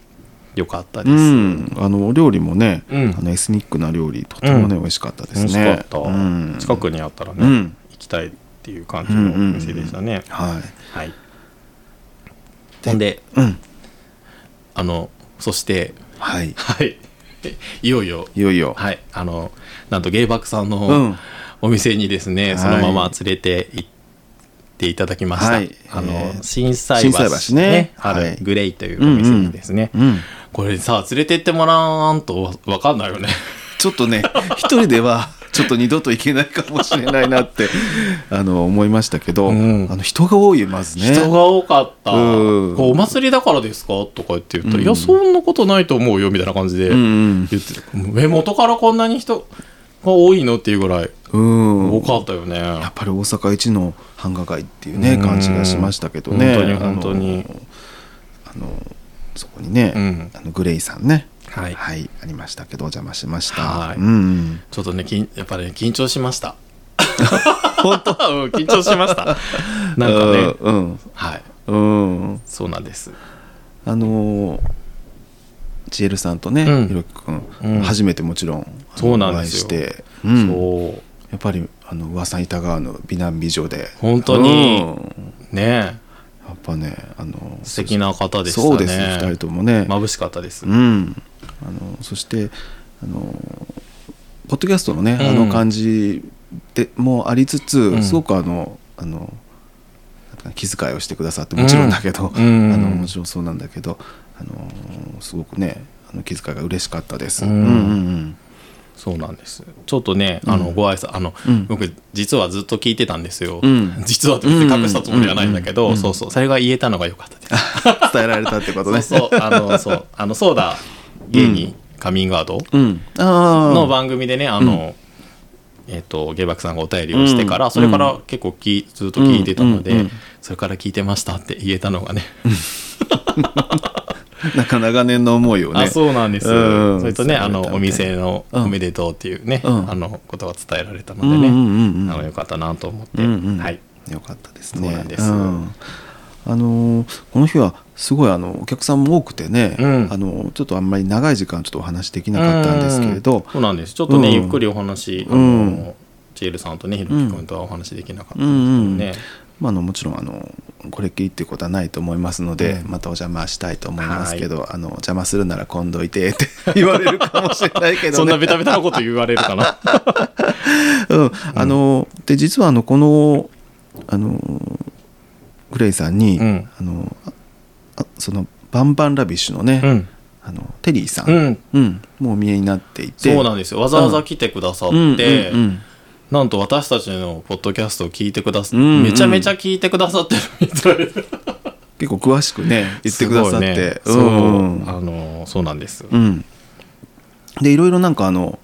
良かったでうす、ん、うんあのお料理もね、うんあのエスニックな料理とてもね、うん美味しかったですね楽しかった、うん、近くにあったらね、うん行きたいっていう感じのお店でしたね、はいはいほんでうんあのそしてはいはい いよいよいよいよ、はいあのなんと芸博さんうのんお店にですね、いそのまま連れて行っていただきました、はいあの、えー震災橋心斎橋ねあるはいグレイというお店にですね、うん、これさ連れて行ってもらわんとわかんないよねちょっと ね一人ではちょっと二度と行けないかもしれないなってあの思いましたけど、うんあの人が多いまずね人が多かった、うんこうお祭りだからですかとかって言ったら、うんいやそんなことないと思うよみたいな感じでうん言ってた、え元からこんなに人が多いのっていうぐらいうん、うん多かったよね、やっぱり大阪一の繁華街っていうね、うん感じがしましたけどね本当に本当にあのあのそこにね、うんあのグレイさんねはいありましたけどお邪魔しましたはいうんうん、ちょっとね、緊やっぱね、緊張し ました。本当緊張しました。なんかね、うんはい、うん、うんそうなんです。あのージエルさんとね、うんひろきくん、うん初めてもちろんあのそうなんですよお会いして、うんそう、やっぱりあの噂にたがわぬ美男美女で本当にうんねやっぱねあのえ、素敵な方でしたね。そうです2人ともね、眩しかったです。うん、あのそしてあのポッドキャストのね、うんあの感じでもありつつ、んすごくあのあの気遣いをしてくださってもちろんだけど、うんうんあのもちろんそうなんだけどあのすごくねあの気遣いが嬉しかったです。うんうんうんそうなんです。ちょっとね、あの、うんご挨拶、あの、うん僕、実はずっと聞いてたんですよ。うん実はって別に隠したつもりはないんだけど、うんそうそう、それが言えたのが良かったです。伝えられたってことそうね。そう、あの、そう、あの、そうだ、芸人、カミングアウト。うん、あーの番組でねあの、えっ、と芸爆さんがお便りをしてから、うんそれから結構きずっと聞いてたので、うんうんそれから聞いてましたって言えたの がねなんか長年の思いをねあそうなんです、うんそれとね伝えらあれたみのたいお店のうんおめでとうっていうね、うんあのことが伝えられたのうでんうね、んうんうんあのよかったなと思って、うんうんはいよかったですね。そうなんですんあのーこの日はすごいあのお客さんも多くてね、うんあのちょっとあんまり長い時間ちょっとお話できなかったんですけれどうん、そうなんですちょっとね、うんゆっくりお話あの、うんジェールさんとねひろきくんとはお話できなかったうんんですうんね、まあ、あのもちろんあのこれっきりっていうことはないと思いますので、うんまたお邪魔したいと思いますけどあの邪魔するなら今度いてって言われるかもしれないけど、ね、 そんなベタベタなこと言われる かなうん、あので実はあのこのあのグレイさんに、うんあのああそのバンバンラビッシュのね、うんあのテリーさん、うんうん、もうお見えになっていてそうなんですよわざわざ来てくださって、うんうんなんと私たちのポッドキャストを聞いてくださ、うんうんめちゃめちゃ聞いてくださってるみたいで結構詳しくね 言ってくださって、すごいねそう、うんあのそうなんです、うん、でいろいろなんかあの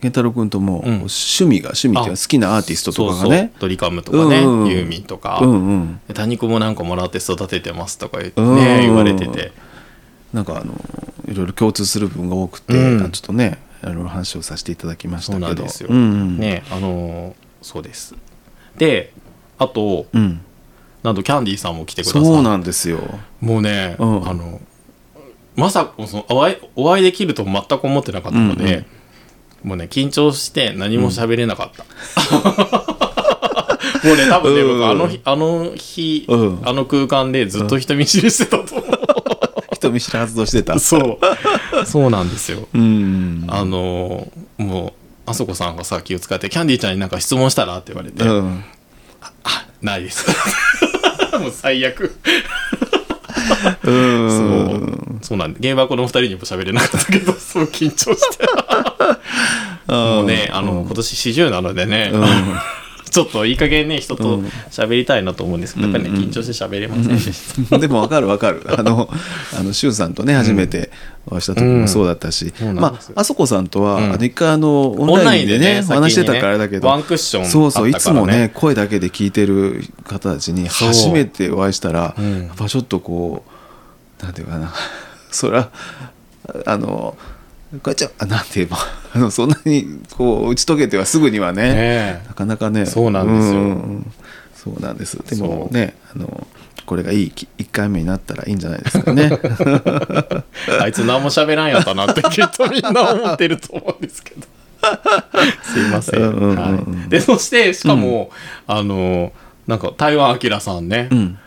健太郎君ともうん趣味が趣味っていうのは好きなアーティストとかがそうねそうドリカムとかね、うんうんユーミンとか、うんうん多肉もなんかもらって育ててますとか言って、うんうんね言われててなんかあのいろいろ共通する部分が多くて、うんちょっとねいろいろ話をさせていただきましたけどそうなんですようんうんねあのそうですであとうん、なんとキャンディーさんも来てくださっそうてなんですよもうね、うんあのまさかそのお会いお会いできると全く思ってなかったので、もうね緊張して何も喋れなかった、 もうね多分ね、うん僕あの日あの日、うんあの空間でずっと人見知りしてたと思う、人見知らずとしてたそう そうなんですようんあのーもうあそこさんがさ気を使って「キャンディーちゃんになんか質問したら?」って言われて「うんあないです」 もう最悪うんそうそうなんで原爆のお二人にも喋れなかったけどそう緊張してもうねあの、今年40なのでね、うん ちょっといい加減ね人と喋りたいなと思うんですけど、やっぱりねうんうん緊張して喋れませんでした、 でも分かる分かるあのあの柊さんとね初めてお会いした時もそうだったし、うんそうなんまですあよあそこさんとは、うんあの一回あのオンラインでね話してたからだけどワンクッションあったそから、ね、うそういつもね声だけで聞いてる方たちにそう初めてお会いしたら、うんやっぱちょっとこうなんていうかな そらあのこうやっちゃあなんて言えばあのそんなにこう打ち解けてはすぐにはねねなかなかねそうなんですよんそうなんですでもねあのこれがいいき一回目になったらいいんじゃないですかね あいつ何も喋らんやったなってきっとみんな思ってると思うんですけ どすいません,、うんうんうんはい、でそしてしかも、あのなんか台湾アキラさんね、うん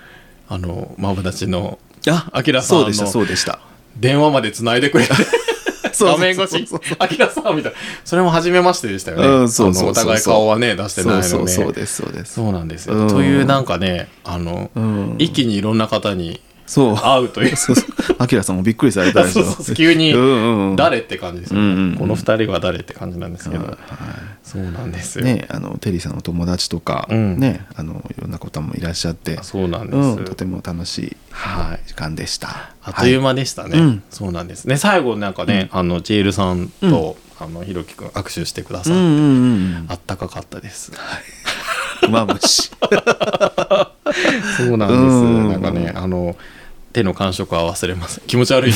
あのマブダチのあアキラさんそうでしたあのそうでした電話まで繋いでくれて そうそうそうそう画面越し「アキラさん」みたいなそれも初めましてでしたよね、うんそうそうそうそうあのお互い顔はね出してないそのうでそうそうですそうですそうなんですよ、うんというなんかねあの、うん一気にいろんな方 にそう会うというそうそうアキラさんもびっくりされたでしょそうそうそう 急にうんうんうん誰って感じですよ、うんうんうんこの二人は誰って感じなんですけど、はいそうなんですよ、ねあのテリーさんのお友達とか、うんねあのいろんな方もいらっしゃってそうなんです、うん、とても楽しいはい時間でしたあっというは間でしたね、うんそうなんですね最後なんかね、あのジェールさんと、あのひろきくん握手してくださうい、んうんうんあったかかったです。うんまぶしそうなんです。うんなんかね、あの手の感触は忘れません。気持ち悪い。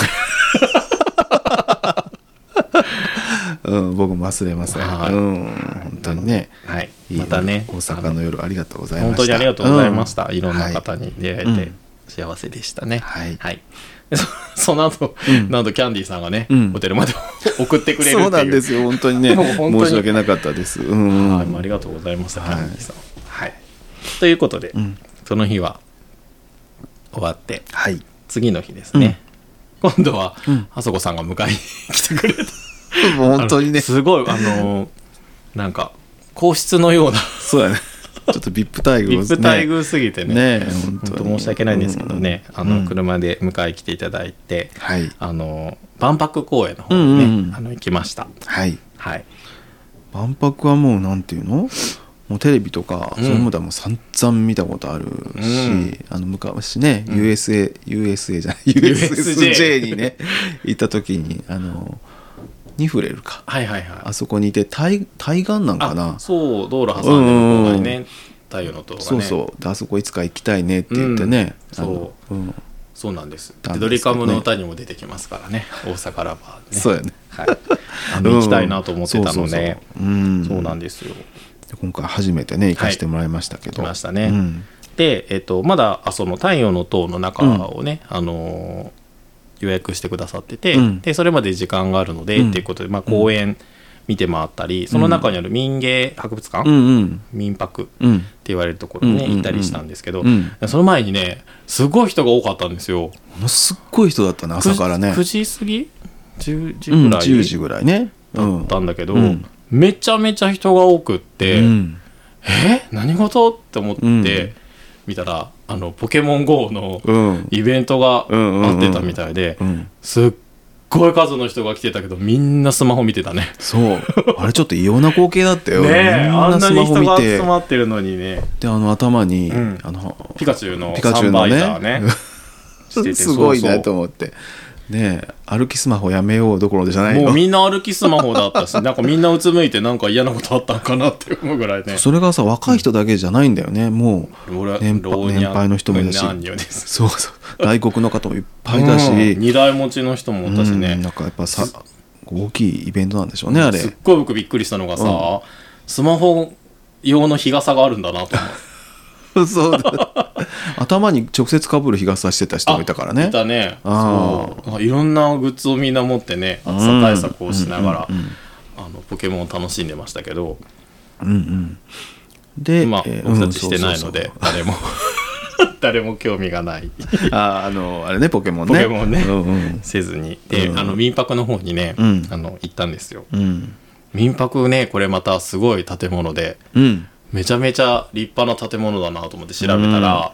うん、僕も忘れません。はいうん、本当にね。はい。いい またね、大阪の夜ありがとうございまし本た。当にありがとうございました。うんいろんな方に出会はえいてうん幸せでしたね。はいで そその後、なんとキャンディーさんがね、うんホテルまで送ってくれるっていう。そうなんですよ。本当にね、もう本当に申し訳なかったです。うん、はい、もうありがとうございました、はいキャンディーさん。はい。ということで、うんその日は終わって、はい。次の日ですね。今度は、あそこさんが迎えに来てくれてもう本当にあのね、すごい、あの、なんか、皇室のような、そうやね。ちょっとビップ待遇リでッすプね。待遇すぎてね、ねえ本本当当に申し訳ないんですけどね、うんあの、うん車で迎え来ていただいて、はい。あの、万博公園の方にね、うんうんあの行きました。はい。はい。万博はもうなんていうのもうテレビとか、うんそういうものはもう散々見たことあるし、うんあの昔ね、USA、USA じゃない、 USJ USJ にね、行った時に、あの、ニフレルか。はいはいはい。あそこにいて、対対岸なんかな。そう、道路挟んでる方がね、太陽の塔がね。そうそう。であそこいつか行きたいねって言ってね。うんあのうんそうなんです。なんですけどねでドリカムの歌にも出てきますからね、大阪ラバーね。そうやね。はい。あの行きたいなと思ってたうん。ので、そうそうそううんそうなんですよ。今回初めてね、行かせてもらいましたけど。来ましたね。うんで、えっと、まだあその太陽の塔の中をね、あのー予約してくださってて、うんでそれまで時間があるので、うんっていうことで、まあ、公園見て回ったり、その中にある民芸博物館、うんうん。民泊ってうん。言われるところに、ねうんうんうん行ったりしたんですけど、うんその前にねすごい人が多かったんですよものすっごい人だったね、朝からね。 9時9時過ぎ10時うんぐらい10時ぐらいね。うだっんたんだけど、うんめちゃめちゃ人が多くって、うんえ何事って思って、うん見たらあのポケモン GO のうんイベントがあってたみたいで、うんすっごい数の人が来てたけどみんなスマホ見てたね。 そうあれちょっと異様な光景だったよねえみあんなスにマホ人見がて集まってるのにねであの頭に、うんあのピカチュウのピカチサュウンのバイねザーね しててすごいそうなそうと思ってねえ歩きスマホやめようどころじゃないもうのみんな歩きスマホだったし なんかみんなうつむいてなんか嫌なことあったのかなって思うぐらいねそれがさ若い人だけじゃないんだよねもう俺は年配老若年配の人もいたし男女ですそうそう外国の方もいっぱいだし、うん二台持ちの人も私うんねなんかやっぱさ大きいイベントなんでしょうねあれすっごい僕びっくりしたのがさ、スマホ用の日傘があるんだなと思っ てそうだ頭に直接かぶる日傘してた人もいたからねいたねあーそういろんなグッズをみんな持ってね暑さ対策をしながら、あのポケモンを楽しんでましたけどうんうんで、まあ、えー僕たちしてないのうんでそうそうそう誰も 誰も興味がないあーあのあれねポケモンねポケモンねうんうんせずにで、うんあの民泊の方にね、うんあの行ったんですようん民泊ねこれまたすごい建物でうんめちゃめちゃ立派な建物だなと思って調べたら、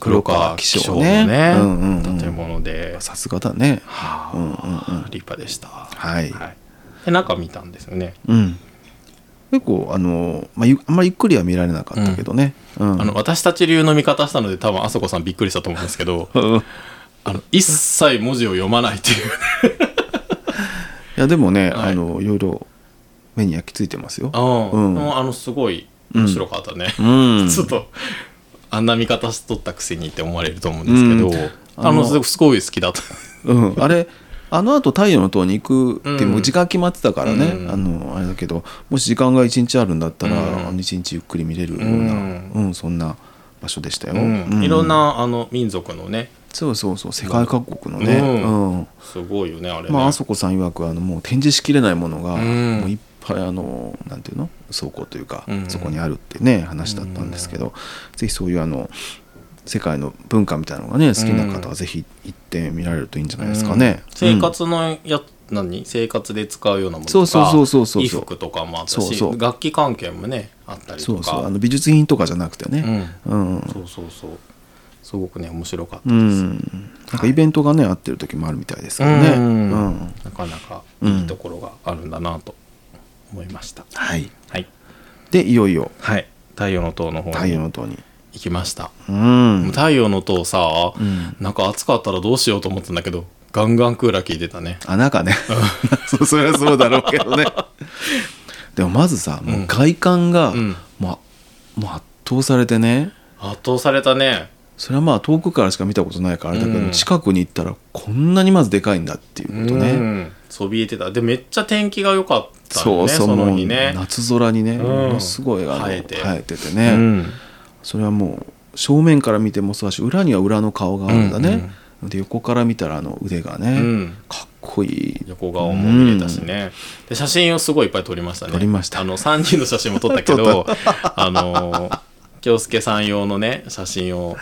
黒川紀章のね黒川紀章ねうんうんうん建物で、さすがだねはあうんうんうん立派でしたははい、で中見たんですよね、うん結構あの、まあ、ゆあんまりゆっくりは見られなかったけどね、うん あの私たち流の見方したので多分あそこさんびっくりしたと思うんです けどうんいあの一切文字を読まないっていうやでもね、はいあのいろいろ目に焼き付いてますよあ、あうんでもあのすごい面白かったね、うんちょっとあんな見方しとったくせにって思われると思うんですけど、うんああののすごいすごい好きだったうん、あれあのあと太陽の塔に行くってうんもう時間決まってたからね、うんあのあれだけどもし時間が1日あるんだったら、うんあの1日ゆっくり見れるような、ううんんそんな場所でしたよ、うんういろんなあの民族のねそうそうそう世界各国のね、うんうんすごいよねあれね、まああそこさん曰くあのもう展示しきれないものが、うんもういっぱいあのなんていうの倉庫というか、うんそこにあるってね話だったんですけど、ぜひそういうあの世界の文化みたいなのがね好きな方はぜひ行ってみられるといいんじゃないですかね。生活のや何生活で使うようなものとかそうそうそうそうそう衣服とかもあったしそうそう楽器関係もねあったりとそかうそうあの美術品とかじゃなくてうね、ん、うんうんそうそうそうすごくね面白かったです、なんかイベントがね合ってる時もあるみたいですけどね、ううんんなかなかいいところがあるんだなと思いました、はい、はいでいよいよはい太陽の塔の方太陽にの塔に、行きましたうんもう太陽の塔さ、うんなんか暑かったらどうしようと思ったんだけどガンガンクーラー効いてたねあなんかね そそりゃそうだろうけどね でもまずさもう外観が、うんまあもう圧倒されてね圧倒されたねそれはまあ遠くからしか見たことないからあれだけど、うん近くに行ったらこんなにまずでかいんだっていううことね、んそびえてたでめっちゃ天気が良かったねそうそうのもう日ね夏空にね、うんものすごいあの生えて生えててね、うんそれはもう正面から見てもそうだし裏には裏の顔があるんだね、で横から見たらあの腕がね、うんかっこいい横顔も見れたしね、で写真をすごいいっぱい撮りましたね撮りましたあの3人の写真も撮った けどあの京介さん用のね写真を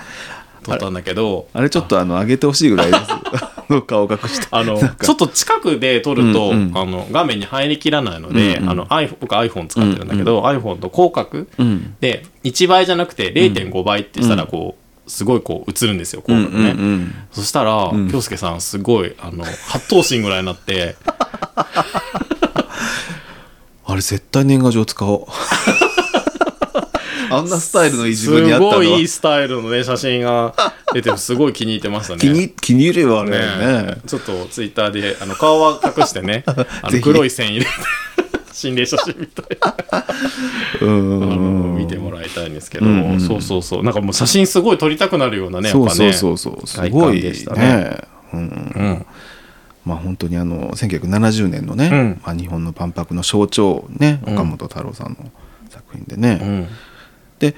撮ったんだけどあれちょっとあの上げてほしいぐらい ですあの顔隠してあのちょっと近くで撮ると、うんうんあの画面に入りきらないので、うんうんあの iPhone 僕 iPhone 使ってるんだけど、iPhone と広角うんで1倍じゃなくて0.5倍ってしたらこうすごいこう映るんですよ広角ね、んそしたら、ん京介さんすごいあの八頭身ぐらいになってあれ絶対年賀状使 おうあんなスタイルのいい自す分にあったのはごいいいスタイルのね写真が出てすごい気に入ってましたね気に気に入ればあれねねちょっとツイッターであの顔は隠してねあの ぜひ黒い線入れて心霊写真みたいなうんうあのん見てもらいたいんですけど、うんうんそうそうそうなんかもう写真すごい撮りたくなるようなねやっぱそうねそうそうそうすご外観いでねしたねうん、うんまあ本当にあの1970年のね、うんまあ、日本の万博の象徴ねうん岡本太郎さんの作品でね、うんで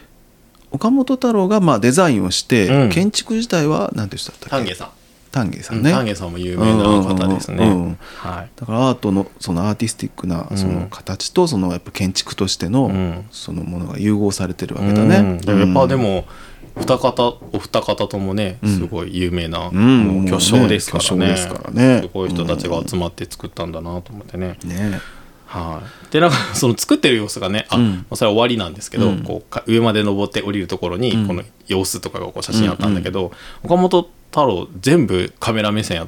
岡本太郎がまあデザインをして、うん建築自体は何て人だったっ丹け下さん丹下さうんんね、丹下さんも有名な方ですうんね、うんうんうんはいだからアートのそのアーティスティックなうんその形とそのやっぱ建築としてのうんそのものが融合されてるわけだね。うんやっぱでうんも二方お二方ともねんすごい有名な、うんもう巨匠ですからもねうね巨匠ですからねすごい人たちが集まって作ったんだなと思ってね、ねはいでなんか その作ってる様子がねあ、うんもうそれは終わりなんですけど、うんこうか上まで登って降りるところにうんこの様子とかがこう写真あったんだけど、岡本太郎全部カメラ目線やっ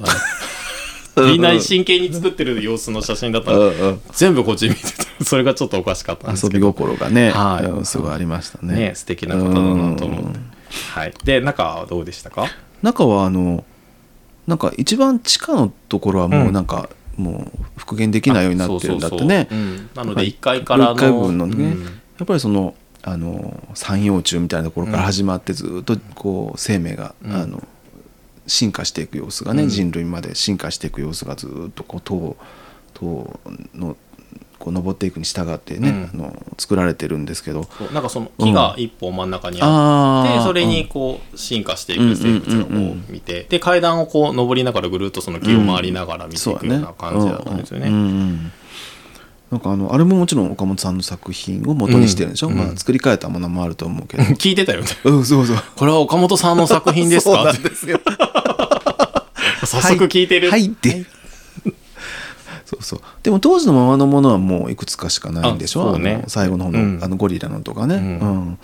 たねみんな真剣に作ってる様子の写真だったうの、んうん全部こっち見てたそれがちょっとおかしかったんですけ遊どび心がね、はいうんすごいありましたね。ね素敵な方だなと思うってん。はい、で中はどうでしたか中はあのなんか一番地下のところはもううんなんかもう復元できないようになってるんだってねそう。そうそううんなので1階からの1階分のね、うやんっぱりそのあの三葉虫みたいなところから始まってずっとこう生命が、うんあの進化していく様子がね、うん人類まで進化していく様子がずっとこう塔塔のこう登っていくに従ってね、うんあの作られてるんですけどそうなんかその木が一本真ん中にあって、あーそれにこう進化していく生物がこうんうんうんう見て、で階段をこう上りながらぐるっとその木を回りながら見ていくような感じだったんですよね。うんうんなんかあのあれももちろん岡本さんの作品を元にしてるんでしょ、うんまあ、作り変えたものもあると思 うけど聞いてたよねうんそうそうこれは岡本さんの作品です そうかなんですよ 早速聞いてる、はいはいって、そうそうでも当時のままのものはもういくつかしかないんでしょあそうねあの最後の方の,、うんあのゴリラのとかね、ううん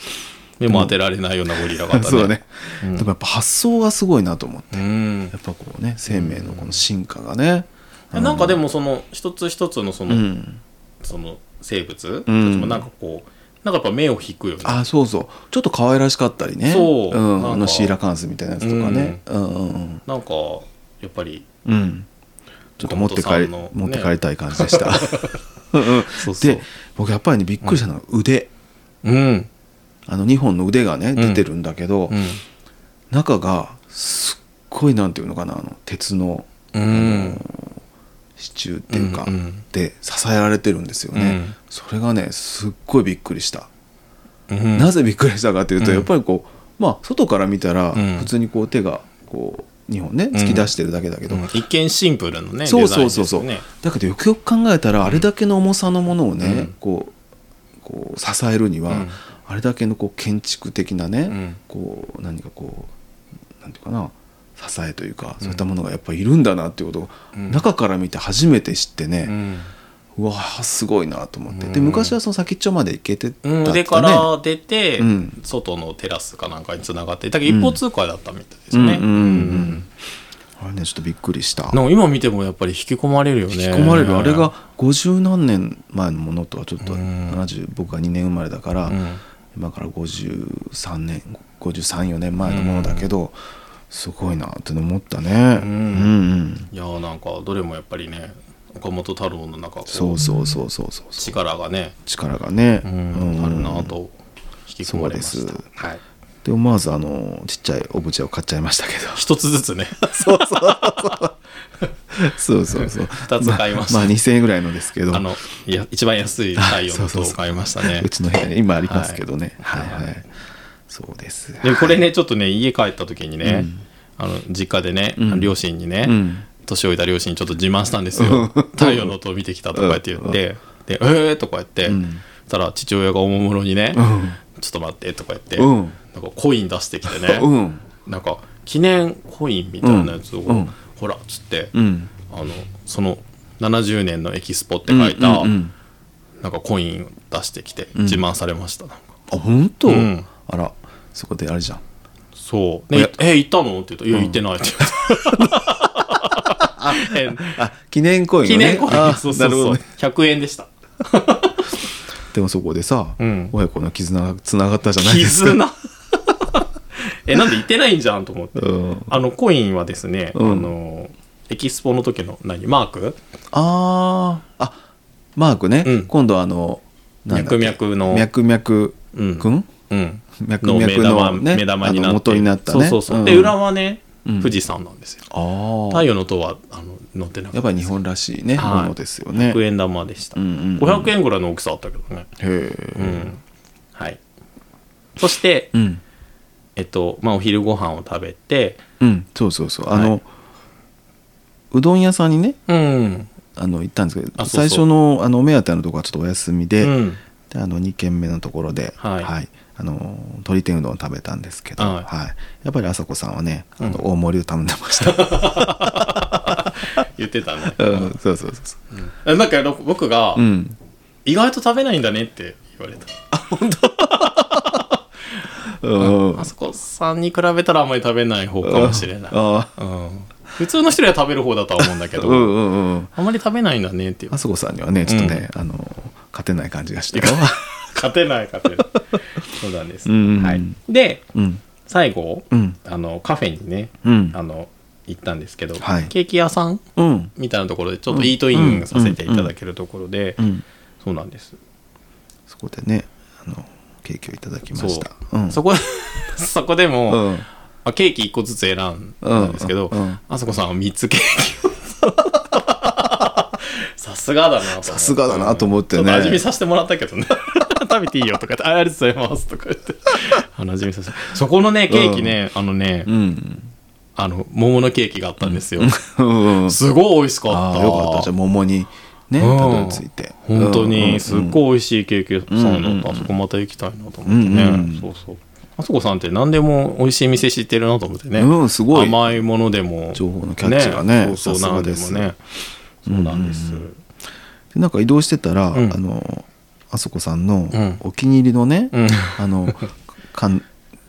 目も当てられないようなゴリラがあったそうだね、うんでもやっぱ発想がすごいなと思ってうんやっぱこうね生命のこの進化がね、うんなんかでもその一つ一つのそうの,、ん、その生物たちうんもなんかこうなんかやっぱ目を引くよねあそうそうちょっと可愛らしかったりねそうんなんかあのシーラカンスみたいなやつとかね、うんうんなんかやっぱりうんうんちょっと持って帰り、岡本さんのね持って帰りたい感じで したうんうんそうそうで僕やっぱりねびっくりしたのは腕、うんあの2本の腕がね出てるんだけど、うん中がすっごいなんていうのかなあの鉄のうん支柱っていうか、うんうんで支えられてるんですよね、うんそれがねすっごいびっくりした、うんなぜびっくりしたかというと、うんやっぱりこうまあ外から見たらうん普通にこう手がこう2本ね突き出してるだけだけど、うん一見シンプルなねそうそうそうそう、デザインですよねだけどよくよく考えたらあれだけの重さのものをね、うんこうこう支えるには、うんあれだけのこう建築的なね、んこう何かこうなんていうかな支えというか、そういったものがやっぱりいるんだなっていうことを、うん中から見て初めて知ってうね、んうわーすごいなと思って、うんで昔はその先っちょまで行けてたってうね、ん、腕から出て、うん外のテラスかなんかにつながってだけど一方通行だったみたいですうんね、うんうんあれねちょっとびっくりしたなんか今見てもやっぱり引き込まれるよね引き込まれるあれが50何年前のものとはちょっとうん70僕は2年生まれだから、うん今から53年534年前のものだけど、すごいなって思ったね、うんうんいやーなんかどれもやっぱりね岡本太郎の中こうそうそうそうそうそうそう力がね、力がね、うんうんあるなと引き込まれましそたうで、はい、で思わずあのちっちゃいオブジェを買っちゃいました けど一つずつねそうそうそうそうそう二つ買いましたあ、あ2000円ぐらいのですけどあのいや一番安い太陽あそうのそう塔そうを買いましたねうちの部屋に今ありますけどね、ははいいはいはいそうですでこれねちょっとね家帰った時にね、うんあの実家でね、うん両親にね、うん年老いた両親にちょっと自慢したんですようん「太陽の塔見てきた」とか言って言って「でえー」とか言って、うんそしたら父親がおもむろにね、うんちょっと待って」とか言って、うんなんかコイン出してきてね、うんなんか記念コインみたいなやつを、うんうんほらっつって、うんあのその70年のエキスポって書いた、うんうんうんなんかコイン出してきて自慢されました、なんかあ本当、うんあらそこであれじゃんそう、ねお、え行ったのって言ったら「いや行ってない」って言ってえ あ 記念コイン記ね念コインあそうそうなるそほう、どね100円でしたでもそこでさ、うん親子の絆がつながったじゃないですか絆 えなんで行ってないんじゃんと思ってうん、あのコインはですね、うんあのエキスポの時の何マークあーあマークね、うん今度あのなんだ脈々の脈々くうんんうん脈の々目玉の,、ね、目玉にあなっての元になったねそうそうそう、んで裏はね、うん富士山なんですよあー太陽の塔はあの載ってやなかっったぱり日本らしいね、はいものですよね100円玉でした、うんうんうん500円ぐらいの大きさあったけどねへうん、えはいそして、うんえっとまあ、お昼ご飯を食べてうんそうそうそうあの、はいうどん屋さんにねうん、あの行ったんですけどあそうそう最初のあのお目当てのとこはちょっとお休みで,、うん、であの2軒目のところで、はいあの鶏天うどんを食べたんですけど、ははいいやっぱりあさこさんはねあの、うん大盛りを頼んでま した、言ってたねうん、そうそうそうそえなんか僕が、う、うん、意外と食べないんだね」って言われたうんあそこさんに比べたらあんまり食べない方かもしれない、ああうん、普通の人よりは食べる方だとは思うんだけうど、んうんうんあんまり食べないんだねっていうあさこさんにはねちょっとね、あの勝てない感じがしたよ勝てない勝てないそうなんです、うんはい、でうん最後うんあのカフェにねうんあの行ったんですけど、はいケーキ屋さんうんみたいなところでちょっとイートインさせていただけるところで、うんそうなんですそこでねあのケーキをいただきまそうしたうんそこ そこでうも、んまあ、ケーキ1個ずつ選んだんですけど、うんうんあそこさんは3つケーキを さすがだなと思ってさすがだなと思ってねちょっと味見させてもらったけど ね食べていいよとか言ってあありがとうございますとか言ってあの味見させてそこのねケーキね、あのね、うんあの桃のケーキがあったんですよ、うんうん すごい美味しかあっあたよかったじゃあ桃にねうんたどり着いて本当うんうんにすっごい美味しいケーキ屋さんだった、うんあそこまた行きたいなと思ってね、うんうんそうそうあそこさんって何でも美味しい店知ってるなと思ってね、うんすごい甘いものでも情報のキャッチがねそさうそすうながんでですもねそうなんです、うんうでなんか移動してたら、うんあのあそこさんのうんお気に入りのね、うんあ のカン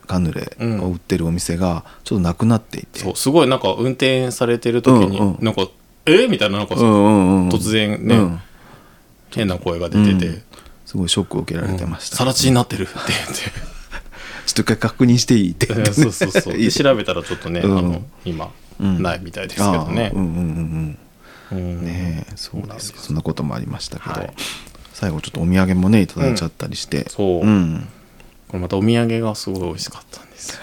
カヌレうんを売ってるお店がちょっとなくなっていて、そうすごいなんか運転されてる時に、うんうんなんか「えみたいななんか、うんうんうん突然ねうん変な声が出てて、うんすごいショックを受けられてました、さらちょ地になってるって言っ てっと一回確認していいって言って、そうそうそういいで調べたらちょっとね、うんあの今、うんないみたいですけああ,、どねうんうんうんうんうん、ねえそうですかそんなこともありましたけど、はい最後ちょっとお土産もねいただいちゃったりして、そう、うんこれまたお土産がすごい美味しかったんですよ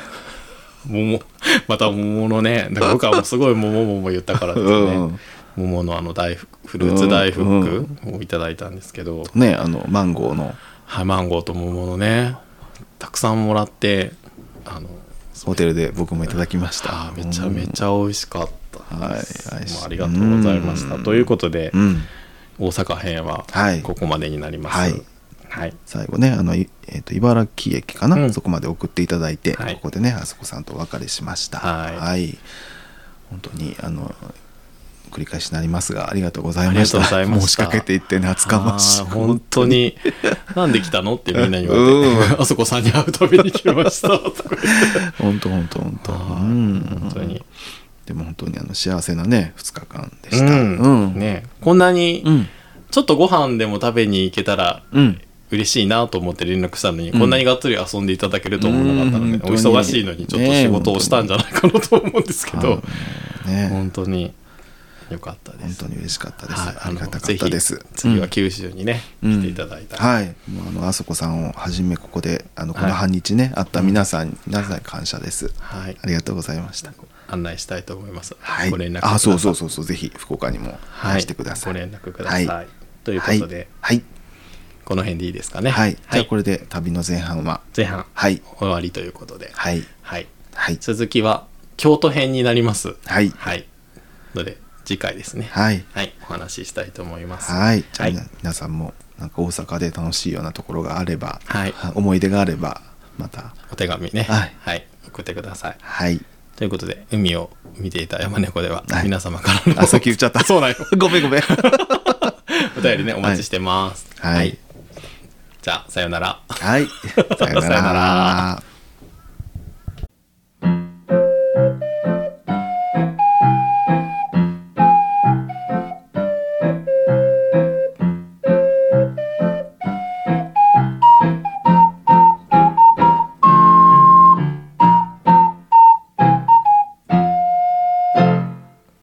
桃また桃のねなんか僕はもうすごい桃桃言ったからですね、うん桃のあの大福フルーツ大福うんをいただいたんですけど、ねあのマンゴーのはい、マンゴーと桃のねたくさんもらってあのホテルで僕もいただきました、あーめちゃめちゃ美味しかったです、はいもうありがとうございました、うんということで、うん大阪編ははいここまでになります。はいはい最後ねあの、いえー、と茨城駅かな、うんそこまで送っていただいて、はいここでねあそこさんとお別れしましたはい本当にあの繰り返しになりますがありがとうございましたありがとうございましたもう仕掛けていってね厚かましいあー本当になんで来たのってみんなに言われて、あそこさんに会うために来ましたとか言って本当本当本当うん本当に、でも本当にあの幸せなね2日間でしうたんね、こんなにうんちょっとご飯でも食べに行けたらうん嬉しいなと思って連絡したのに、んこんなにがっつり遊んでいただけると思わなかったので、うんお忙しいのにちょっと仕事をしたんじゃないかなと思うんですけど、あのね本当に良かったで本す。当に嬉しかったです、はいありがたかったですぜひ次うはん九州にね、うん来ていただいたら、はい、もうあのあそこさんをはじめここであのこはいの半日ね、会った皆さんに皆さんに感謝です。はいありがとうございました。案内したいと思います。はい、ご連絡くださいあ、そうそうそうそう、ぜひ福岡にもはいしてください。ご連絡ください。はいということで、はい、この辺でいいですかね。はい、じゃあこれで旅の前半は、前半、はい、終わりということで、はい、はい。はい、続きは、京都編になります。はい、はい。ので、次回ですね。はい、はい。お話ししたいと思います。はい、じゃあ、はい皆さんもなんか大阪で楽しいようなところがあれば、はい思い出があればまた、お手紙ね、はい送ってください。はい、ということで、海を見ていた山猫では、はい皆様からのあ、先言っちゃった。 そうなんよ。 ごめんごめん。お便りね、お待ちしてます。はい、じゃあ、さようなら。 はい、さよさなよならら。